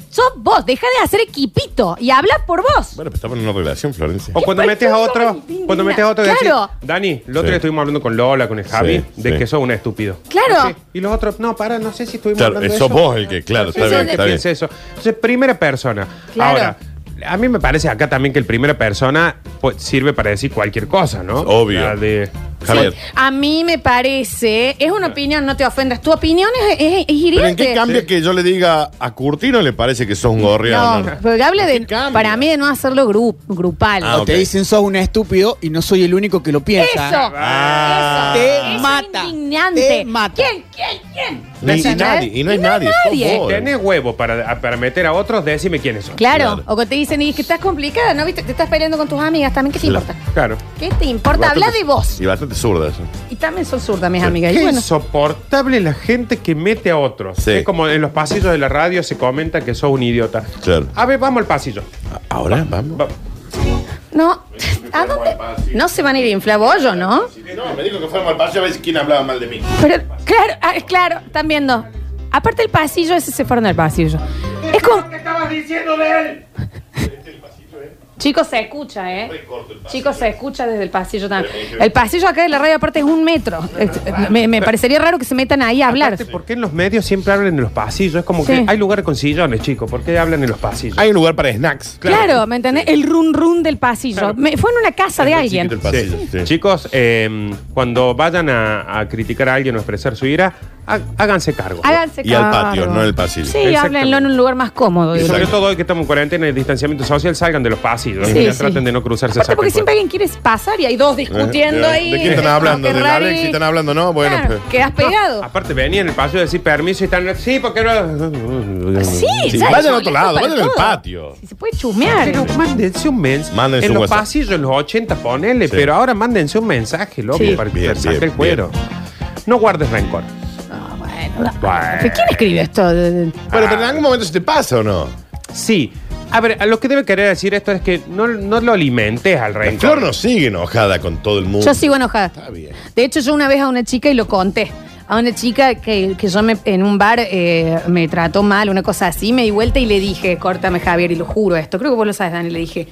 Sos vos, deja de hacer equipito y habla por vos.
Bueno, pero estamos en una relación, Florencia.
O cuando
¿Qué
metes a
pasó?
otro, cuando metes a otro, decís,
Claro.
Dani, el otro
Sí.
día estuvimos hablando con Lola, con el Javi,
Sí,
de
sí.
que sos un estúpido.
Claro.
Sí. Y los otros, no, para, no sé si estuvimos
Claro,
hablando de
sos
eso.
vos el que, claro, está
Sí,
bien,
sí,
está bien.
Es eso. Entonces, primera persona.
Claro.
Ahora, a mí me parece acá también que el primera persona pues, sirve para decir cualquier cosa, ¿no?
Obvio.
La de-
Javier.
A mí me parece, es una opinión, no te ofendas. Tu opinión es, es, es
¿Pero
hiriente.
en qué cambia que yo le diga a Curtino le parece que sos un gorriado?
No, porque hable de,
¿Qué cambia?
para mí de no hacerlo gru- grupal.
Ah,
o
ok.
te dicen sos un estúpido y no soy el único que lo piensa.
Eso,
Ah.
eso,
Te
eso es
mata.
indignante.
Te mata.
¿Quién, quién, quién?
No hay nadie, y no hay nadie, sos
nadie.
vos.
Tenés huevo para, a- para meter a otros, decime quiénes son.
Claro,
Claro.
o que te dicen, y que estás complicada, ¿no? ¿Viste? Te estás peleando con tus amigas también, ¿qué te
Claro.
importa?
Claro.
¿Qué te importa? Habla de vos.
Y bastante zurda eso.
Y también son zurdas, mis amigas.
Qué
Y bueno,
insoportable la gente que mete a otros.
Sí.
Es como en los pasillos de la radio se comenta que sos un idiota.
Claro.
A ver, vamos al pasillo.
Ahora vamos.
Va-
no, ¿a dónde? No se van a ir inflabollo, ¿no?
No, me dijo que fuéramos al pasillo a ver quién hablaba mal de mí.
Pero, claro, ah, claro, están viendo. Aparte el pasillo, ese se fueron del pasillo. Es como... ¿Qué estabas diciendo de él? Chicos, se escucha, ¿eh? Chicos, se escucha desde el pasillo también. El pasillo acá de la radio, aparte, es un metro. Eh, Me, me parecería raro que se metan ahí a hablar.
Aparte, ¿Por qué en los medios siempre hablan en los pasillos? Es como
Sí.
que hay lugares con sillones, chicos. ¿Por qué hablan en los pasillos?
Hay un lugar para snacks.
Claro, ¿me entendés? El run run del pasillo.
Claro.
Me- fue en una casa de
muy
alguien.
chiquito el pasillo,
Sí.
sí.
Chicos, eh, cuando vayan a, a criticar a alguien o expresar su ira, há- háganse cargo.
Háganse
Y al
cargo.
patio, no en el pasillo.
Sí,
Exactamente.
háblenlo en un lugar más cómodo.
Y
digo.
sobre
Exacto.
todo hoy que estamos en cuarentena y el distanciamiento social, salgan de los pasillos.
Sí,
Mira,
sí.
Traten de no cruzarse
Aparte, porque siempre
exactamente.
alguien quiere pasar y hay dos discutiendo
¿De-
ahí.
Eh, ¿De quién
es
están
como
hablando?
que
¿Del
raro
Alex?
y-
Si están hablando, no, bueno.
Claro,
pues.
quedas pegado.
Aparte, venía en el pasillo a decir permiso y están. Sí, porque no.
Sí,
Sí,
ya es
vayan a
molesto
otro lado,
para
vayan al
todo.
patio.
Si se puede chumear.
Pero mándense un mensaje.
Mándense
en
un
los
WhatsApp.
pasillos, en los 80, ponele.
Sí.
Pero ahora mándense un mensaje, loco,
Sí.
para que
Bien,
te saque
bien,
el cuero. No guardes rencor.
No, bueno, no.
Bueno.
¿Quién escribe esto?
Bueno, pero en algún momento se te pasa o no.
Sí. A ver, a lo que debe querer decir esto es que no, no lo alimentes al
La
rencor.
Flor no sigue enojada con todo el mundo.
Yo sigo enojada.
Uh, Está bien.
De hecho, yo una vez a una chica, y lo conté, a una chica que, que yo me- en un bar eh, me trató mal, una cosa así, me di vuelta y le dije, córtame Javier, y lo juro esto, creo que vos lo sabes, Dani, le dije,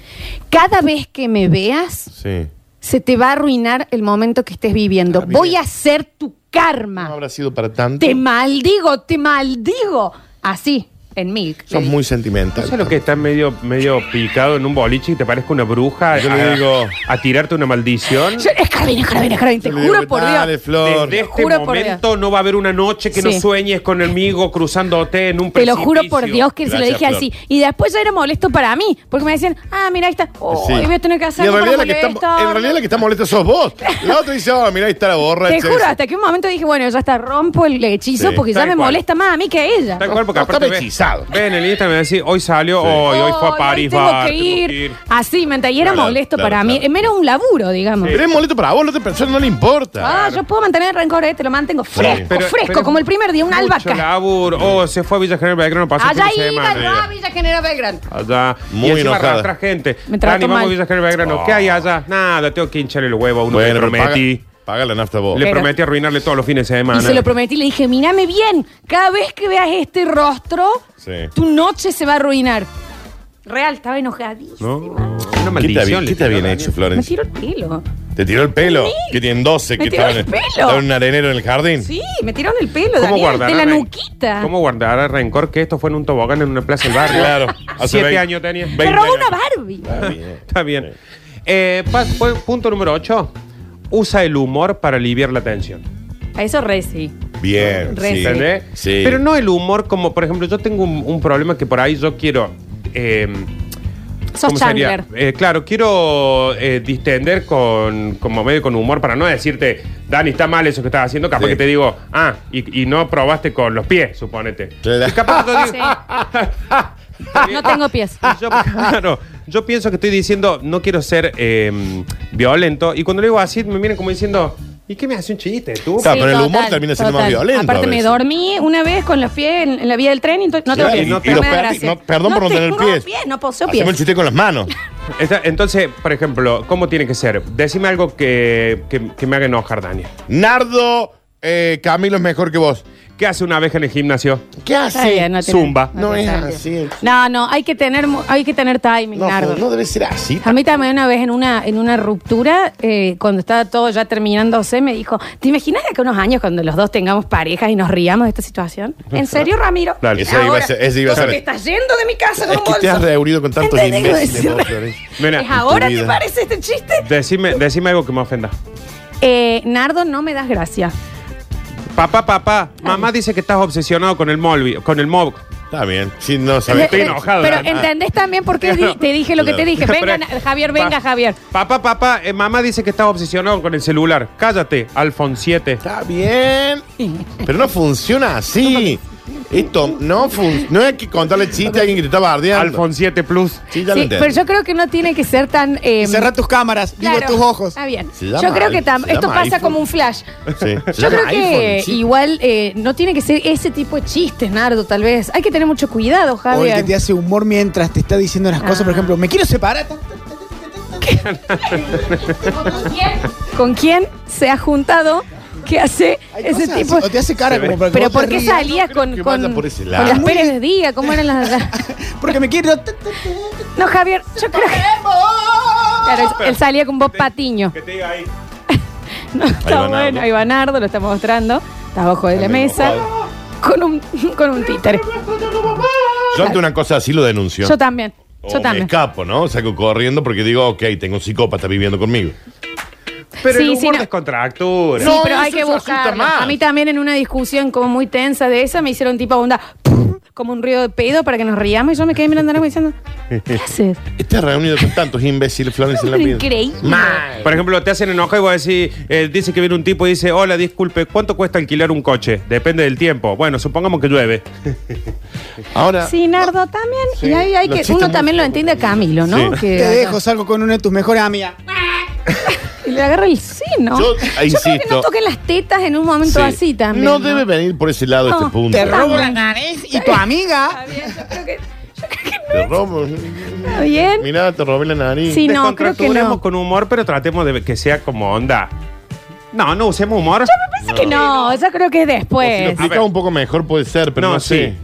cada vez que me veas,
Sí.
se te va a arruinar el momento que estés viviendo.
bien.
Voy a ser tu karma.
Ah, No habrá sido para tanto.
Te maldigo, te maldigo. Así, en Milk.
Sos
le
muy
¿No
sentimental.
sabes lo que estás medio, medio picado en un boliche y te parezco una bruja?
Yo
a,
le digo-
A tirarte una maldición.
dije. Yo- es Carabina, Carabina, Carabina, te
Yo le digo,
juro por
dale,
Dios.
Flor.
Desde este
juro por
momento no va a haber una noche que no
Sí.
sueñes con el migo cruzándote en un
Te lo
precipicio.
juro por Dios que se lo
Gracias,
dije
Flor.
así. Y después ya era molesto para mí, porque me decían, ah, mira, ahí está. Oh,
Sí.
hoy voy a tener que hacer
Y en
algo
realidad,
para
la que está,
molestar.
en realidad la que está molesta sos vos. La otra dice, oh, mirá, ahí está la borra.
Te juro, hasta que un momento dije, bueno, ya está, rompo el hechizo
Sí.
porque ya
Tal
me
cual.
molesta más a mí que a ella.
Tal cual, porque
No,
aparte
estaba
ve-
hechizado.
Ve en el Instagram y decís, hoy salió, hoy, hoy fue a
Ay,
París,
Oh, tengo
bar,
que
tengo
ir.
que ir.
Así, me y era
Claro,
molesto
claro,
para mí.
claro.
Me era un laburo, digamos.
Pero es molesto para vos, la otra persona no le importa.
Ah, yo puedo mantener el rencor, eh, te lo mantengo fresco,
Pero-
fresco,
pero-
como el primer día, una
mucho
albahaca.
laburo. Oh, se fue a Villa General Belgrano, pasó
Allá
fin de
iba
semana.
yo a Villa General Belgrano.
Allá.
Muy
y encima
enojada.
arrastra gente.
Me trató
Dani, vamos
mal.
a Villa General Belgrano. ¿Qué hay allá? Nada, tengo que hincharle el huevo a uno que
Bueno,
le
pero paga,
prometí.
paga la nafta vos.
Le
Pero-
prometí arruinarle todos los fines de semana.
Y se lo prometí, le dije, mírame bien, cada vez que veas este rostro,
Sí.
tu noche se va a arruinar. Real, estaba enojadísima.
¿No? Una
¿Qué te, había-
maldición.
qué te habían hecho,
Me
Florencia?
tiró el pelo.
¿Te tiró el pelo?
Sí.
Que tienen 12
Me
que
tiró el
estaban
pelo.
estaban en un arenero en el jardín.
Sí, me tiraron el pelo,
¿Cómo
Daniel,
guardará,
de la
ren-
nuquita.
¿Cómo guardará rencor que esto fue en un tobogán en una plaza del barrio?
Claro. Hace
Siete
veinte-
años tenía.
Me
Me
veinte
robó
años.
una Barbie.
Está bien. Eh, pas- pu- punto número 8. Usa el humor para aliviar la tensión.
A eso re sí.
Bien,
Re
sí.
sí.
¿Entendés?
Sí.
Pero no el humor como, por ejemplo, yo tengo un, un problema que por ahí yo quiero. eh,
Sos
¿cómo sería?
Chandler.
Eh, claro, quiero eh, distender con como medio con humor para no decirte, Dani, está mal eso que estás haciendo. Capaz
Sí.
que te digo, ah, y, y no probaste con los pies, suponete.
Claro.
Y capaz que yo digo,
Sí. No tengo pies.
y yo, claro, yo pienso que estoy diciendo, no quiero ser eh, violento. Y cuando le digo así, me miran como diciendo, ¿y qué me hace un chiste tú?
Claro, pero el humor termina siendo más violento
Aparte,
a
me
veces.
dormí una vez con los pies en, en la vía del tren y to- no
Claro,
tengo
y-
pies.
y
No
los
me da
perdi-
gracia.
no, perdón por no tener
tengo
pies.
No poseo
Hacemos el
pies.
chiste con las manos.
Está- entonces, por ejemplo, ¿cómo tiene que ser? Decime algo que, que- que me haga enojar, Daniel.
Nardo, eh, Camilo es mejor que vos.
¿Qué hace una abeja en el gimnasio?
¿Qué
Está
hace?
bien, no tiene-
zumba.
No
tiene
es
sentido.
así.
No, no, hay que tener, mu- hay que tener timing,
No,
Nardo.
no debe ser así.
A mí también una vez en una, en una ruptura, eh, cuando estaba todo ya terminándose, me dijo, ¿te imaginas de acá a unos años cuando los dos tengamos parejas y nos riamos de esta situación? ¿¿En serio, Ramiro?
Dale, eso iba a
Ahora,
ser- eso iba a
todo
ser.
Te estás yendo de mi casa con
Es
un
que te
bolso.
has reunido con tantos
¿Entendés?
imbéciles.
Como
vos,
decir-
Florencia.
Mira,
¿Es ahora
tu
te
vida.
parece este chiste?
decime, decime algo que me ofenda.
Eh, Nardo, no me das gracia.
Papá, papá, mamá dice que estás obsesionado con el molvi, con el mob.
Está bien. Sí, no
Pero
sabes.
estoy
Eh, eh,
enojado,
Pero
Dani.
entendés también por qué di- te dije lo que te dije. Venga, Na- Javier, venga,
Pa-
Javier.
Papá, papá, eh, mamá dice que estás obsesionado con el celular. Cállate, Alfon 7.
Está bien. Pero no funciona así. Esto no funciona. No hay que contarle chiste a alguien que te está bardeando.
Alfon 7 Plus.
Sí, ya lo
Sí,
entendí.
pero yo creo que no tiene que ser tan... eh,
Cerra tus cámaras, digo
claro,
tus ojos.
Está bien.
Se llama
Yo creo que tam-
iPhone, se
esto
llama
pasa
iPhone.
como un flash.
Sí, se
Yo creo
llama
que
iPhone, sí.
igual eh, no tiene que ser ese tipo de chistes, Nardo, tal vez. Hay que tener mucho cuidado,
O el que
Javier.
te hace humor mientras te está diciendo las cosas. Por ejemplo, me quiero separar.
¿Con quién se ha juntado que hace
Hay cosas
ese tipo?
así. O te hace cara
Se ve.
como para que
Pero
vos te
¿por qué
rías.
salías
creo
con,
que
con,
vaya por ese
con
lado.
las Pérez de Día? ¿Cómo eran las.? las-
Porque me quiero.
No, Javier, yo creo que. Claro, él salía con Bob Patiño.
Que te diga ahí.
No, está
va Nardo.
bueno, ahí va Nardo, lo está mostrando. Está abajo de la
Está
mesa.
enojado.
Con un, con un títere.
Yo ante una cosa así lo denuncio.
Yo también.
O
Yo
Oh, me
también.
escapo, ¿no? Salgo corriendo porque digo, ok, tengo un psicópata viviendo conmigo.
Pero
Sí,
el
sí,
humor
no.
descontractura.
Sí,
No,
pero
eso
hay que
se asusta
buscarlo.
más.
A mí también en una discusión como muy tensa de esa me hicieron tipo onda como un río de pedo para que nos riamos y yo me quedé mirando a Nardo diciendo, ¿qué haces?
Estás reunido con tantos imbéciles, Florencia, en la vida.
Increíble.
Mal.
Por ejemplo, te hacen enojar y vos decís, eh, dice que viene un tipo y dice, hola, disculpe, ¿cuánto cuesta alquilar un coche? Depende del tiempo. Bueno, supongamos que llueve.
Ahora,
Sí, Nardo también.
Sí,
y ahí hay
los
que,
chistes
uno
muy
también lo entiende a Camilo, ¿no?
Sí.
Que
Te dejo, salgo con una de tus mejores amigas.
y le agarra el seno.
Yo,
creo que
insisto.
no toquen las tetas en un momento
sí.
así también. Ah.
no debe venir por ese lado
No,
este punto.
Te robo
También.
la nariz y tu amiga.
Está bien, yo creo que, yo creo que no
Te robo.
está bien.
Mirá, te robé la nariz.
Sí, no, creo que
Descontracturemos
no.
con humor, pero tratemos de que sea como onda. No, no usemos humor.
Parece que no, yo creo que
O
es
si lo
después.
explicaba un poco mejor puede ser, pero
no,
no,
sí.
sé.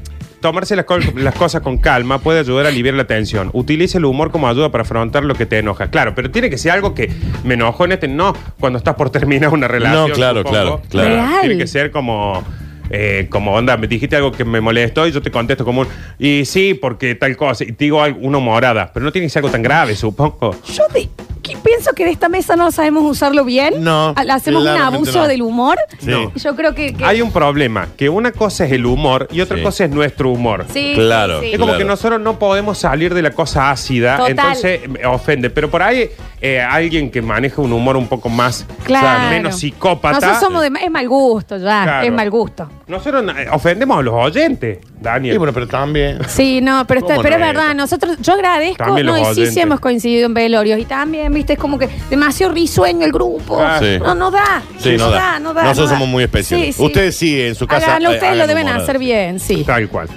Tomarse las, col- las cosas con calma puede ayudar a aliviar la tensión. Utilice el humor como ayuda para afrontar lo que te enoja. Claro, pero tiene que ser algo que me enojó en este. No, cuando estás por terminar una relación.
No, claro, claro, claro.
Real.
Tiene que ser como. eh, como onda, me dijiste algo que me molestó y yo te contesto como un. Y sí, porque tal cosa. Y te digo algo- una morada. Pero no tiene que ser algo tan grave, supongo.
Yo de- que pienso que de esta mesa no sabemos usarlo bien.
No,
Ah, Hacemos un
claramente
abuso
no.
del humor.
Sí.
No. Yo creo que. que-
Hay un problema: que una cosa es el humor y otra
Sí.
cosa es nuestro humor.
Sí,
Claro.
sí, sí.
Es como
Claro.
que nosotros no podemos salir de la cosa ácida,
Total.
entonces eh, ofende. Pero por ahí eh, alguien que maneja un humor un poco más,
Claro.
o sea, menos psicópata.
Nosotros somos de. Es mal gusto, ya.
Claro.
Es mal gusto.
Nosotros eh, ofendemos a los oyentes, Daniel.
Sí, bueno, pero también.
Sí, no, pero, está-
¿Cómo
pero
no
es
es?
verdad. Nosotros, yo agradezco.
También
no,
los
y sí, sí
oyentes.
hemos coincidido en velorios. Y también, viste, es como que demasiado risueño el grupo.
Ah,
sí.
No, no da.
Sí, no da.
no da.
Nosotros
no da.
somos muy especiales.
Sí, sí.
Ustedes sí, en su casa.
Háganlo,
eh,
ustedes lo
hagan
deben
humor.
hacer bien, sí.
Tal cual.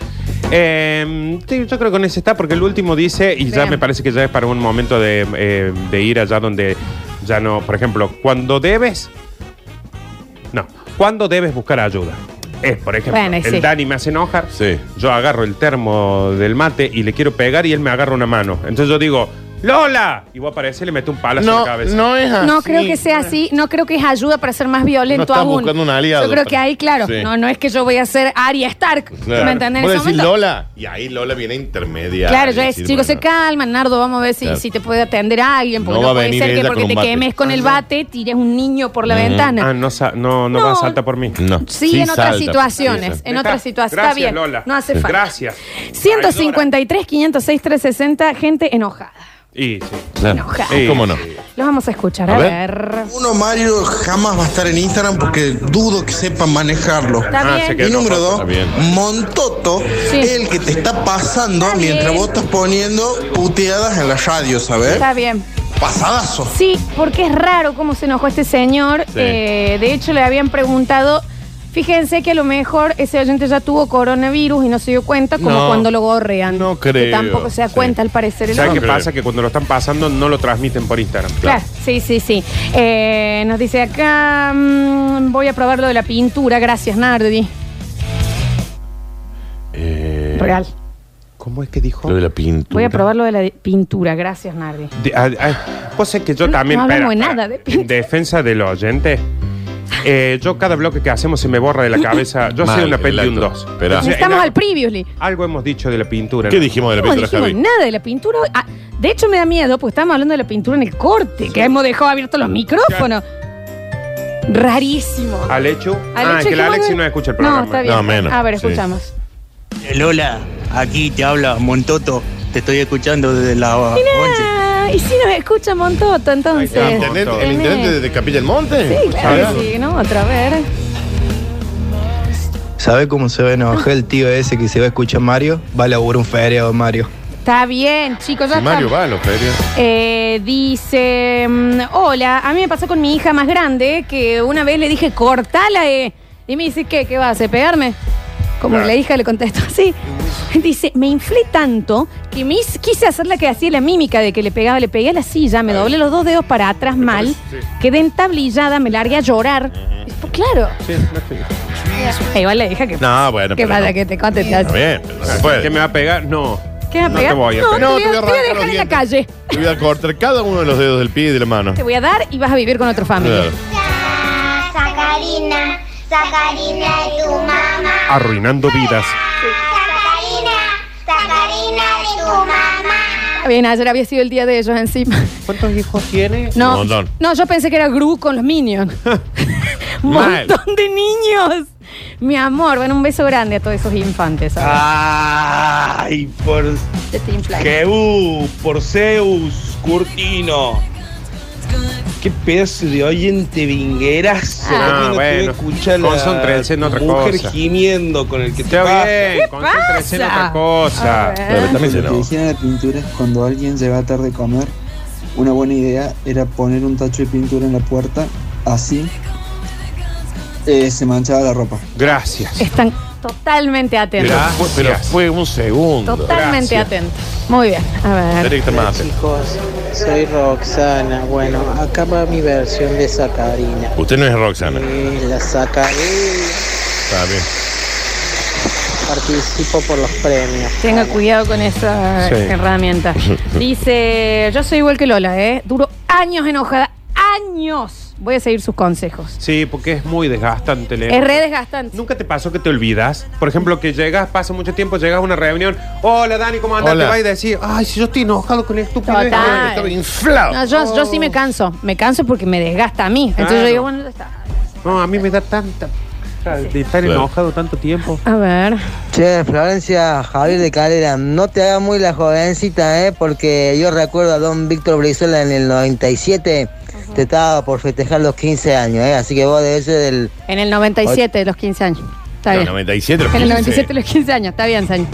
Eh, sí, yo creo que con ese está, porque el último dice, y ya
Vean.
me parece que ya es para un momento de, eh, de ir allá donde ya no. Por ejemplo, cuando debes. No, cuando debes buscar ayuda. Es, por ejemplo,
Bueno, y
el
sí.
Dani me hace enojar.
Sí.
Yo agarro el termo del mate y le quiero pegar y él me agarra una mano. Entonces yo digo, ¡Lola! Y voy a aparecer y le meto un palazo en la
No,
cabeza.
no es así.
No creo que sea así, no creo que es ayuda para ser más
Ah, No
violento
estás
aún.
buscando un aliado.
Yo creo que ahí, claro,
Sí.
no, no es que yo voy a ser Arya Stark.
Claro.
¿Me entendés? En
Vos
ese
decís
momento.
Lola. Y ahí Lola viene intermedia.
Claro,
y
yo es,
decir,
chicos, se
bueno,
calman, Nardo, vamos a ver si,
Claro.
si te puede atender a alguien, porque
No
no,
va a
puede
venir
ser que
ella
porque
con
te
un bate.
quemes con el bate, tires un niño por la
Ah,
ventana.
no, sa- no, no,
No.
va a saltar por mí.
No.
Sí, en otras situaciones, en otras situaciones.
Gracias,
Está bien,
Lola.
no hace falta.
Gracias.
153, 506, 360, gente enojada.
Y sí.
Enojada.
Sí. ¿Cómo no?
Los vamos a escuchar, a,
A ver.
ver.
Uno, Mario, jamás va a estar en Instagram porque dudo que sepa manejarlo.
Está
Ah,
bien.
se quedó.
Y número dos,
Está bien.
Montoto,
Sí.
el que te está pasando
Está bien.
mientras vos estás poniendo puteadas en la radio, ¿sabes?
Está bien.
Pasadazo.
Sí, porque es raro cómo se enojó este señor. Eh, de hecho, le habían preguntado Fíjense que a lo mejor ese oyente ya tuvo coronavirus y no se dio cuenta, como
No,
cuando lo gorrean.
no
Que
creo,
tampoco se da
sí.
cuenta, al parecer. el
¿Sabes qué
creo.
pasa? Que cuando lo están pasando no lo transmiten por Instagram.
Claro, sí, sí, sí. Eh, nos dice acá, mm, voy a probar lo de la pintura, gracias Nardi.
Eh,
Real.
¿Cómo es que dijo?
Lo de la pintura.
Voy a probar lo de la di- pintura, gracias Nardi.
De- ay, ay, vos sabés que yo
No,
también.
no hablamos
espera,
de nada,
espera.
de-
En defensa del oyente. eh, yo cada bloque que hacemos se me borra de la cabeza. Yo soy
Mal,
una peli de un
exacto.
2.
Esperá. Sí,
Estamos al previously.
Algo hemos dicho de la pintura.
¿Qué
¿no?
dijimos de la
No
pintura,
dijimos
Javi?
nada de la pintura. Ah, de hecho me da miedo, porque estábamos hablando de la pintura en el corte, que hemos dejado abiertos los micrófonos. Rarísimo.
¿Al hecho? ah,
Alex,
que la
¿cómo
Alexi
ves?
no escucha el programa.
No, está bien.
No, menos,
A ver,
sí.
escuchamos.
Eh, Lola, aquí te habla Montoto. Te estoy escuchando desde la once.
Ah, y si nos escucha Montoto, entonces.
Ahí está,
¿Internet,
Montoto.
¿El intendente de Capilla del Monte?
Sí, claro
Ah,
que sí, ¿no? Otra vez.
¿Sabe cómo se va a enojar el tío ese que se va a escuchar Mario? Va a laburar un feriado, Mario.
Está bien, chicos, ya
Si Mario
está.
va a los ferias.
Eh, dice, mm, hola, a mí me pasó con mi hija más grande que una vez le dije, cortala, eh. Y me dice, ¿qué? ¿Qué va a hacer? ¿Pegarme? Como
Claro.
la hija le contestó así. Dice, me inflé tanto que me hice- quise hacer la que hacía la mímica de que le pegaba, le pegué a la silla, me doblé los dos dedos para atrás mal, quedé entablillada, me largué a llorar. Pues, claro. Eh, Igual la hija que...
No, bueno,
¿Qué
pero
pasa?
no.
Que te contesté
Está
así.
bien, pero no se puede.
¿Qué me va a pegar? No.
¿Qué vas a
No
pegar?
te voy a
No,
pegar.
te voy a- te voy a
arrancar
dejar
los
en la
dientes.
calle.
Te voy a cortar cada uno de los dedos del pie y de la mano.
Te voy a dar y vas a vivir con otra familia.
Claro.
Sacarina, Sacarina de tu mamá.
Arruinando vidas.
Sacarina, Sacarina de tu mamá.
Está Bien, ayer había sido el día de ellos encima.
¿Cuántos hijos tiene?
No,
Un montón.
no, yo pensé que era Gru con los Minions. Un
Mal.
montón de niños. Mi amor, bueno, un beso grande a todos esos infantes.
Ah.
¿sabes?
¡Ay, por
De Team Fly.
Jeú, por Zeus, Curtino! ¡Qué pedazo de oyente vinguerazo!
Ah,
¿Por qué te
bueno.
voy a escuchar
Con
la
son tres, en otra
mujer
cosa.
gimiendo con el que te
Está
va.
bien, concéntrese en otra cosa.
A ver.
Pero también se no.
hicieron la pintura es cuando alguien llega tarde a comer. Una buena idea era poner un tacho de pintura en la puerta, así eh, se manchaba la ropa.
Gracias.
Están totalmente atentos.
Pero, fue, pero fue un segundo.
Totalmente
gracias.
atentos. Muy bien, a ver.
Tendría que estar más atento.
Chicos, soy Roxana. Bueno, acá va mi versión de Sacarina.
Usted no es Roxana.
Eh, la Sacarina
Está bien.
participo por los premios.
Tenga cuidado con esa
Sí.
herramienta. Dice, yo soy igual que Lola, ¿eh? Duro años enojada, años. Voy a seguir sus consejos.
Sí, porque es muy desgastante leer.
Es re desgastante.
¿Nunca te pasó que te olvidas? Por ejemplo, que llegas, pasa mucho tiempo, llegas a una reunión. Hola, Dani, ¿cómo andas?
Hola.
Te vas y decís, ay, si yo estoy enojado con esto.
Total.
Está bien, inflado.
No, yo, yo sí me canso. Me canso porque me desgasta a mí. Entonces
Claro.
yo digo, bueno, ya está.
No, a mí me da tanta... De estar
Claro.
enojado tanto tiempo.
A ver.
Che, Florencia, Javier de Calera, no te hagas muy la jovencita, ¿eh? Porque yo recuerdo a don Víctor Brizuela en el 97, te estaba por festejar los 15 años, ¿eh? Así que vos debes ser del...
En el 97, los 15 años. Está
En el
bien.
97.
En el
15.
97, los 15 años. Está bien, Saño.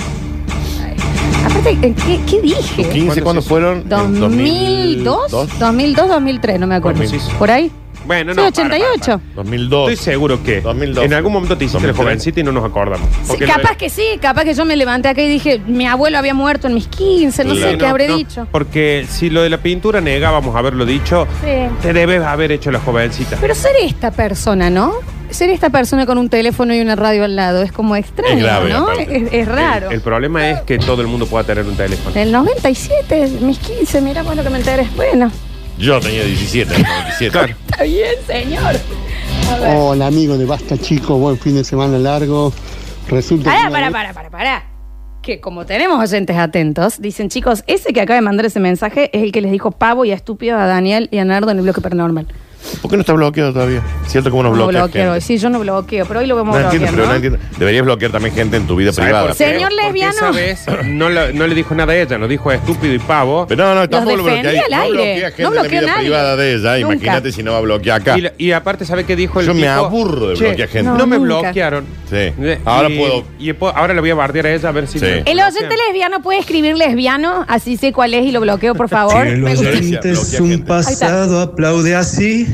Ay. Aparte, ¿en ¿qué, qué dije?
15, ¿cuándo fueron? En
2002, 2002, 2003, no me acuerdo.
2006.
¿Por ahí?
Bueno,
Sí,
no. para, para,
88.
para.
2002.
Estoy seguro que
2002.
en algún momento te hiciste la
2003.
jovencita y no nos acordamos.
Sí,
Porque
capaz
lo-
que sí, capaz que yo me levanté acá y dije, mi abuelo había muerto en mis 15, no
Claro.
sé qué
no,
habré
no,
dicho.
Porque si lo de la pintura negábamos haberlo dicho,
Sí.
te debes haber hecho la jovencita.
Pero ser esta persona, ¿no? Ser esta persona con un teléfono y una radio al lado es como extraño,
Es grave,
¿no?
aparte.
Es, es raro.
El problema es que todo el mundo pueda tener un teléfono.
El 97, mis 15, mira vos lo que me enteré. Bueno,
Yo tenía 17. en el 97.
Claro.
está bien, señor. A ver.
Hola, amigo de Basta, chicos, buen fin de semana largo. Resulta
Pará, pará, pará, pará, pará. Que como tenemos oyentes atentos, dicen, chicos, ese que acaba de mandar ese mensaje es el que les dijo pavo y a estúpido a Daniel y a Nardo en el bloque paranormal.
¿Por qué no está bloqueado todavía? Cierto como nos
No
bloquea.
bloqueo hoy.
gente.
Sí, yo no bloqueo, pero hoy lo vamos
No
a
entiendo,
bloquear,
pero
¿no?
no entiendo. Deberías bloquear también gente en tu vida
¿Sabes
privada.
por qué?
Señor
Porque
lesbiano.
Esa vez no, la- no le dijo nada a ella, nos dijo estúpido y pavo.
Pero no, no, tampoco lo
defendí
bloquea.
al
No
aire.
bloquea gente
No
en la
bloqueo a
vida
nadie.
privada de ella.
Nunca.
Imagínate si no va a bloquear acá.
Y, la- y aparte, ¿sabe qué dijo el
Yo me
tipo?
aburro de
Che,
bloquear gente.
No,
No,
me
nunca.
bloquearon.
Sí.
Eh,
Ahora
y-
puedo.
Y po- ahora le voy a bardear a ella a ver si.
Sí.
me
El
bloquean.
oyente lesbiano puede escribir lesbiano, así sé cuál es y lo bloqueo, por favor.
Sí, lo
Me
sé.
gusta.
Florencia, bloquea gente.
pasado,
aplaude así.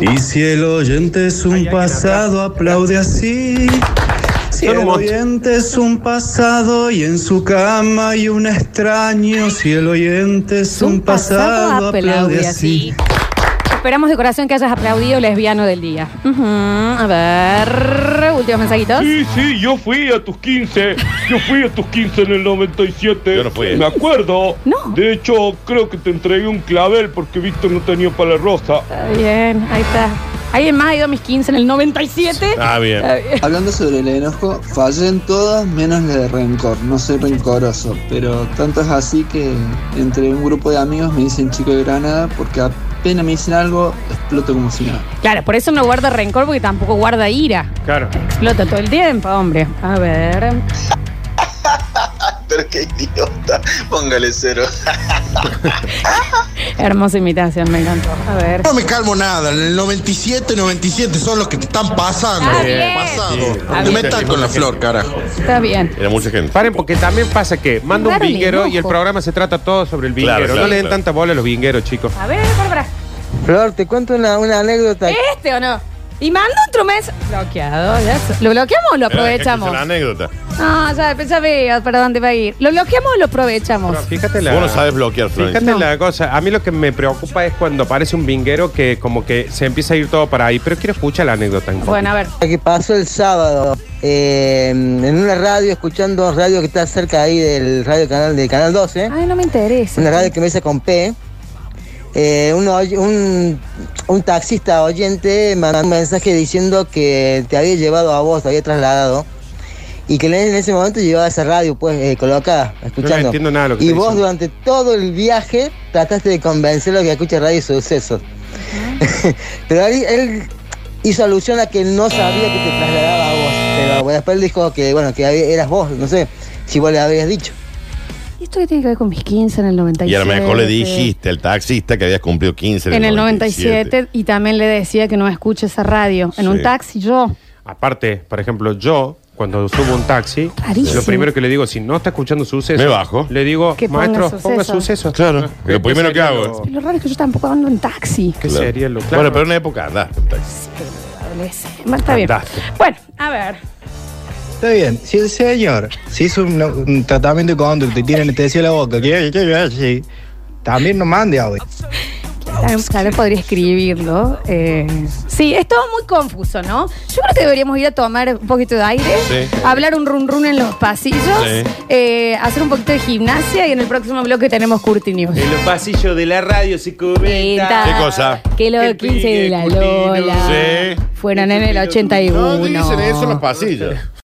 Y si el oyente es un pasado, aplaude así. Si
Son un
el
montón.
oyente es un pasado y en su cama hay un extraño. Si el oyente es un pasado, aplaude así.
Esperamos de corazón que hayas aplaudido lesbiano del día. Ujú, A ver, últimos mensajitos.
Sí, sí, yo fui a tus 15. Yo fui a tus 15 en el 97. Yo no fui. Me acuerdo. De hecho, creo que te entregué un clavel porque Víctor no tenía para la rosa.
Bien, ahí está. ¿Alguien más ha ido a mis 15 en el 97?
Ah,
Está
Hablando sobre el enojo, fallé en todas menos la de rencor. No soy rencoroso, pero tanto es así que entre un grupo de amigos me dicen chico de Granada porque apenas me dicen algo, exploto como si nada.
Claro, por eso no guarda rencor porque tampoco guarda ira.
Claro.
Explota todo el tiempo, hombre. A ver.
Pero qué idiota. Póngale cero.
Hermosa imitación, me encantó. A ver.
No me calmo nada, en el 97, 97 son los que te están pasando.
Ah, bien.
Pasado.
Sí.
No te metas con la flor, carajo.
Está bien.
Era mucha gente.
Paren, porque también pasa que manda un
Claro, el
vinguero y el
enojo.
programa se trata todo sobre el vinguero.
Claro,
no
claro,
le den
claro.
tanta bola a los vingueros, chicos.
A ver, Bárbara.
Flor, te cuento una, una anécdota.
¿Este o no? Y manda otro mes. Bloqueado, ya. sé. ¿Lo bloqueamos o lo aprovechamos?
Es la anécdota.
No, ya, ya veo para dónde va a ir. ¿Lo bloqueamos o lo aprovechamos?
Fíjate la.
Vos no sabes bloquear, Florencia.
Fíjate la cosa. A mí lo que me preocupa es cuando aparece un vinguero que como que se empieza a ir todo para ahí. Pero quiero escuchar la anécdota. en
Bueno, a ver.
Lo que pasó el sábado eh, en una radio, escuchando radio que está cerca ahí del radio canal del canal 12,
Ay, no me interesa.
una radio que empieza con P. eh, un, oy- un- un taxista oyente mandó un mensaje diciendo que te había llevado a vos, te había trasladado y que en ese momento llevaba esa radio pues eh, colocada, escuchando.
entiendo nada de lo que
y
está
vos
diciendo.
durante todo el viaje trataste de convencerlo que escuche radio sucesos. Pero él, él hizo alusión a que no sabía que te trasladaba a vos. Pero bueno, después él dijo que bueno, que había- eras vos, no sé, si vos le habías dicho.
¿Y esto qué tiene que ver con mis 15 en el 97?
Y a lo mejor le dijiste al taxista que habías cumplido 15
En el 97 y también le decía que no escuche esa radio. En un
Sí.
taxi yo.
Aparte, por ejemplo, yo, cuando subo un taxi,
Rarísimo.
lo primero que le digo, si no está escuchando suceso,
Me bajo.
Le digo,
Que ponga
maestro,
suceso".
ponga suceso.
Claro. Lo primero que hago.
Lo-
Lo raro es que yo tampoco ando en taxi.
¿Qué
Claro.
sería lo claro?
Bueno, pero en una época andás.
Adolescente. Bueno, Está bien.
Andaste.
Bueno, a ver.
Está bien, si el señor se hizo un, un tratamiento de conducta y tiene anestesia en la boca, que que- que- sí, también no mande audio.
Tal- Tal vez podría escribirlo. eh. Sí, es todo muy confuso, ¿no? Yo creo que deberíamos ir a tomar un poquito de aire,
Sí.
hablar un run run en los pasillos,
Sí.
eh, hacer un poquito de gimnasia y en el próximo bloque tenemos Curti News.
En los pasillos de la radio se comenta.
¿Qué cosa?
Que los 15 de la Lola
Sí.
fueron en el 81.
No dicen eso en los pasillos.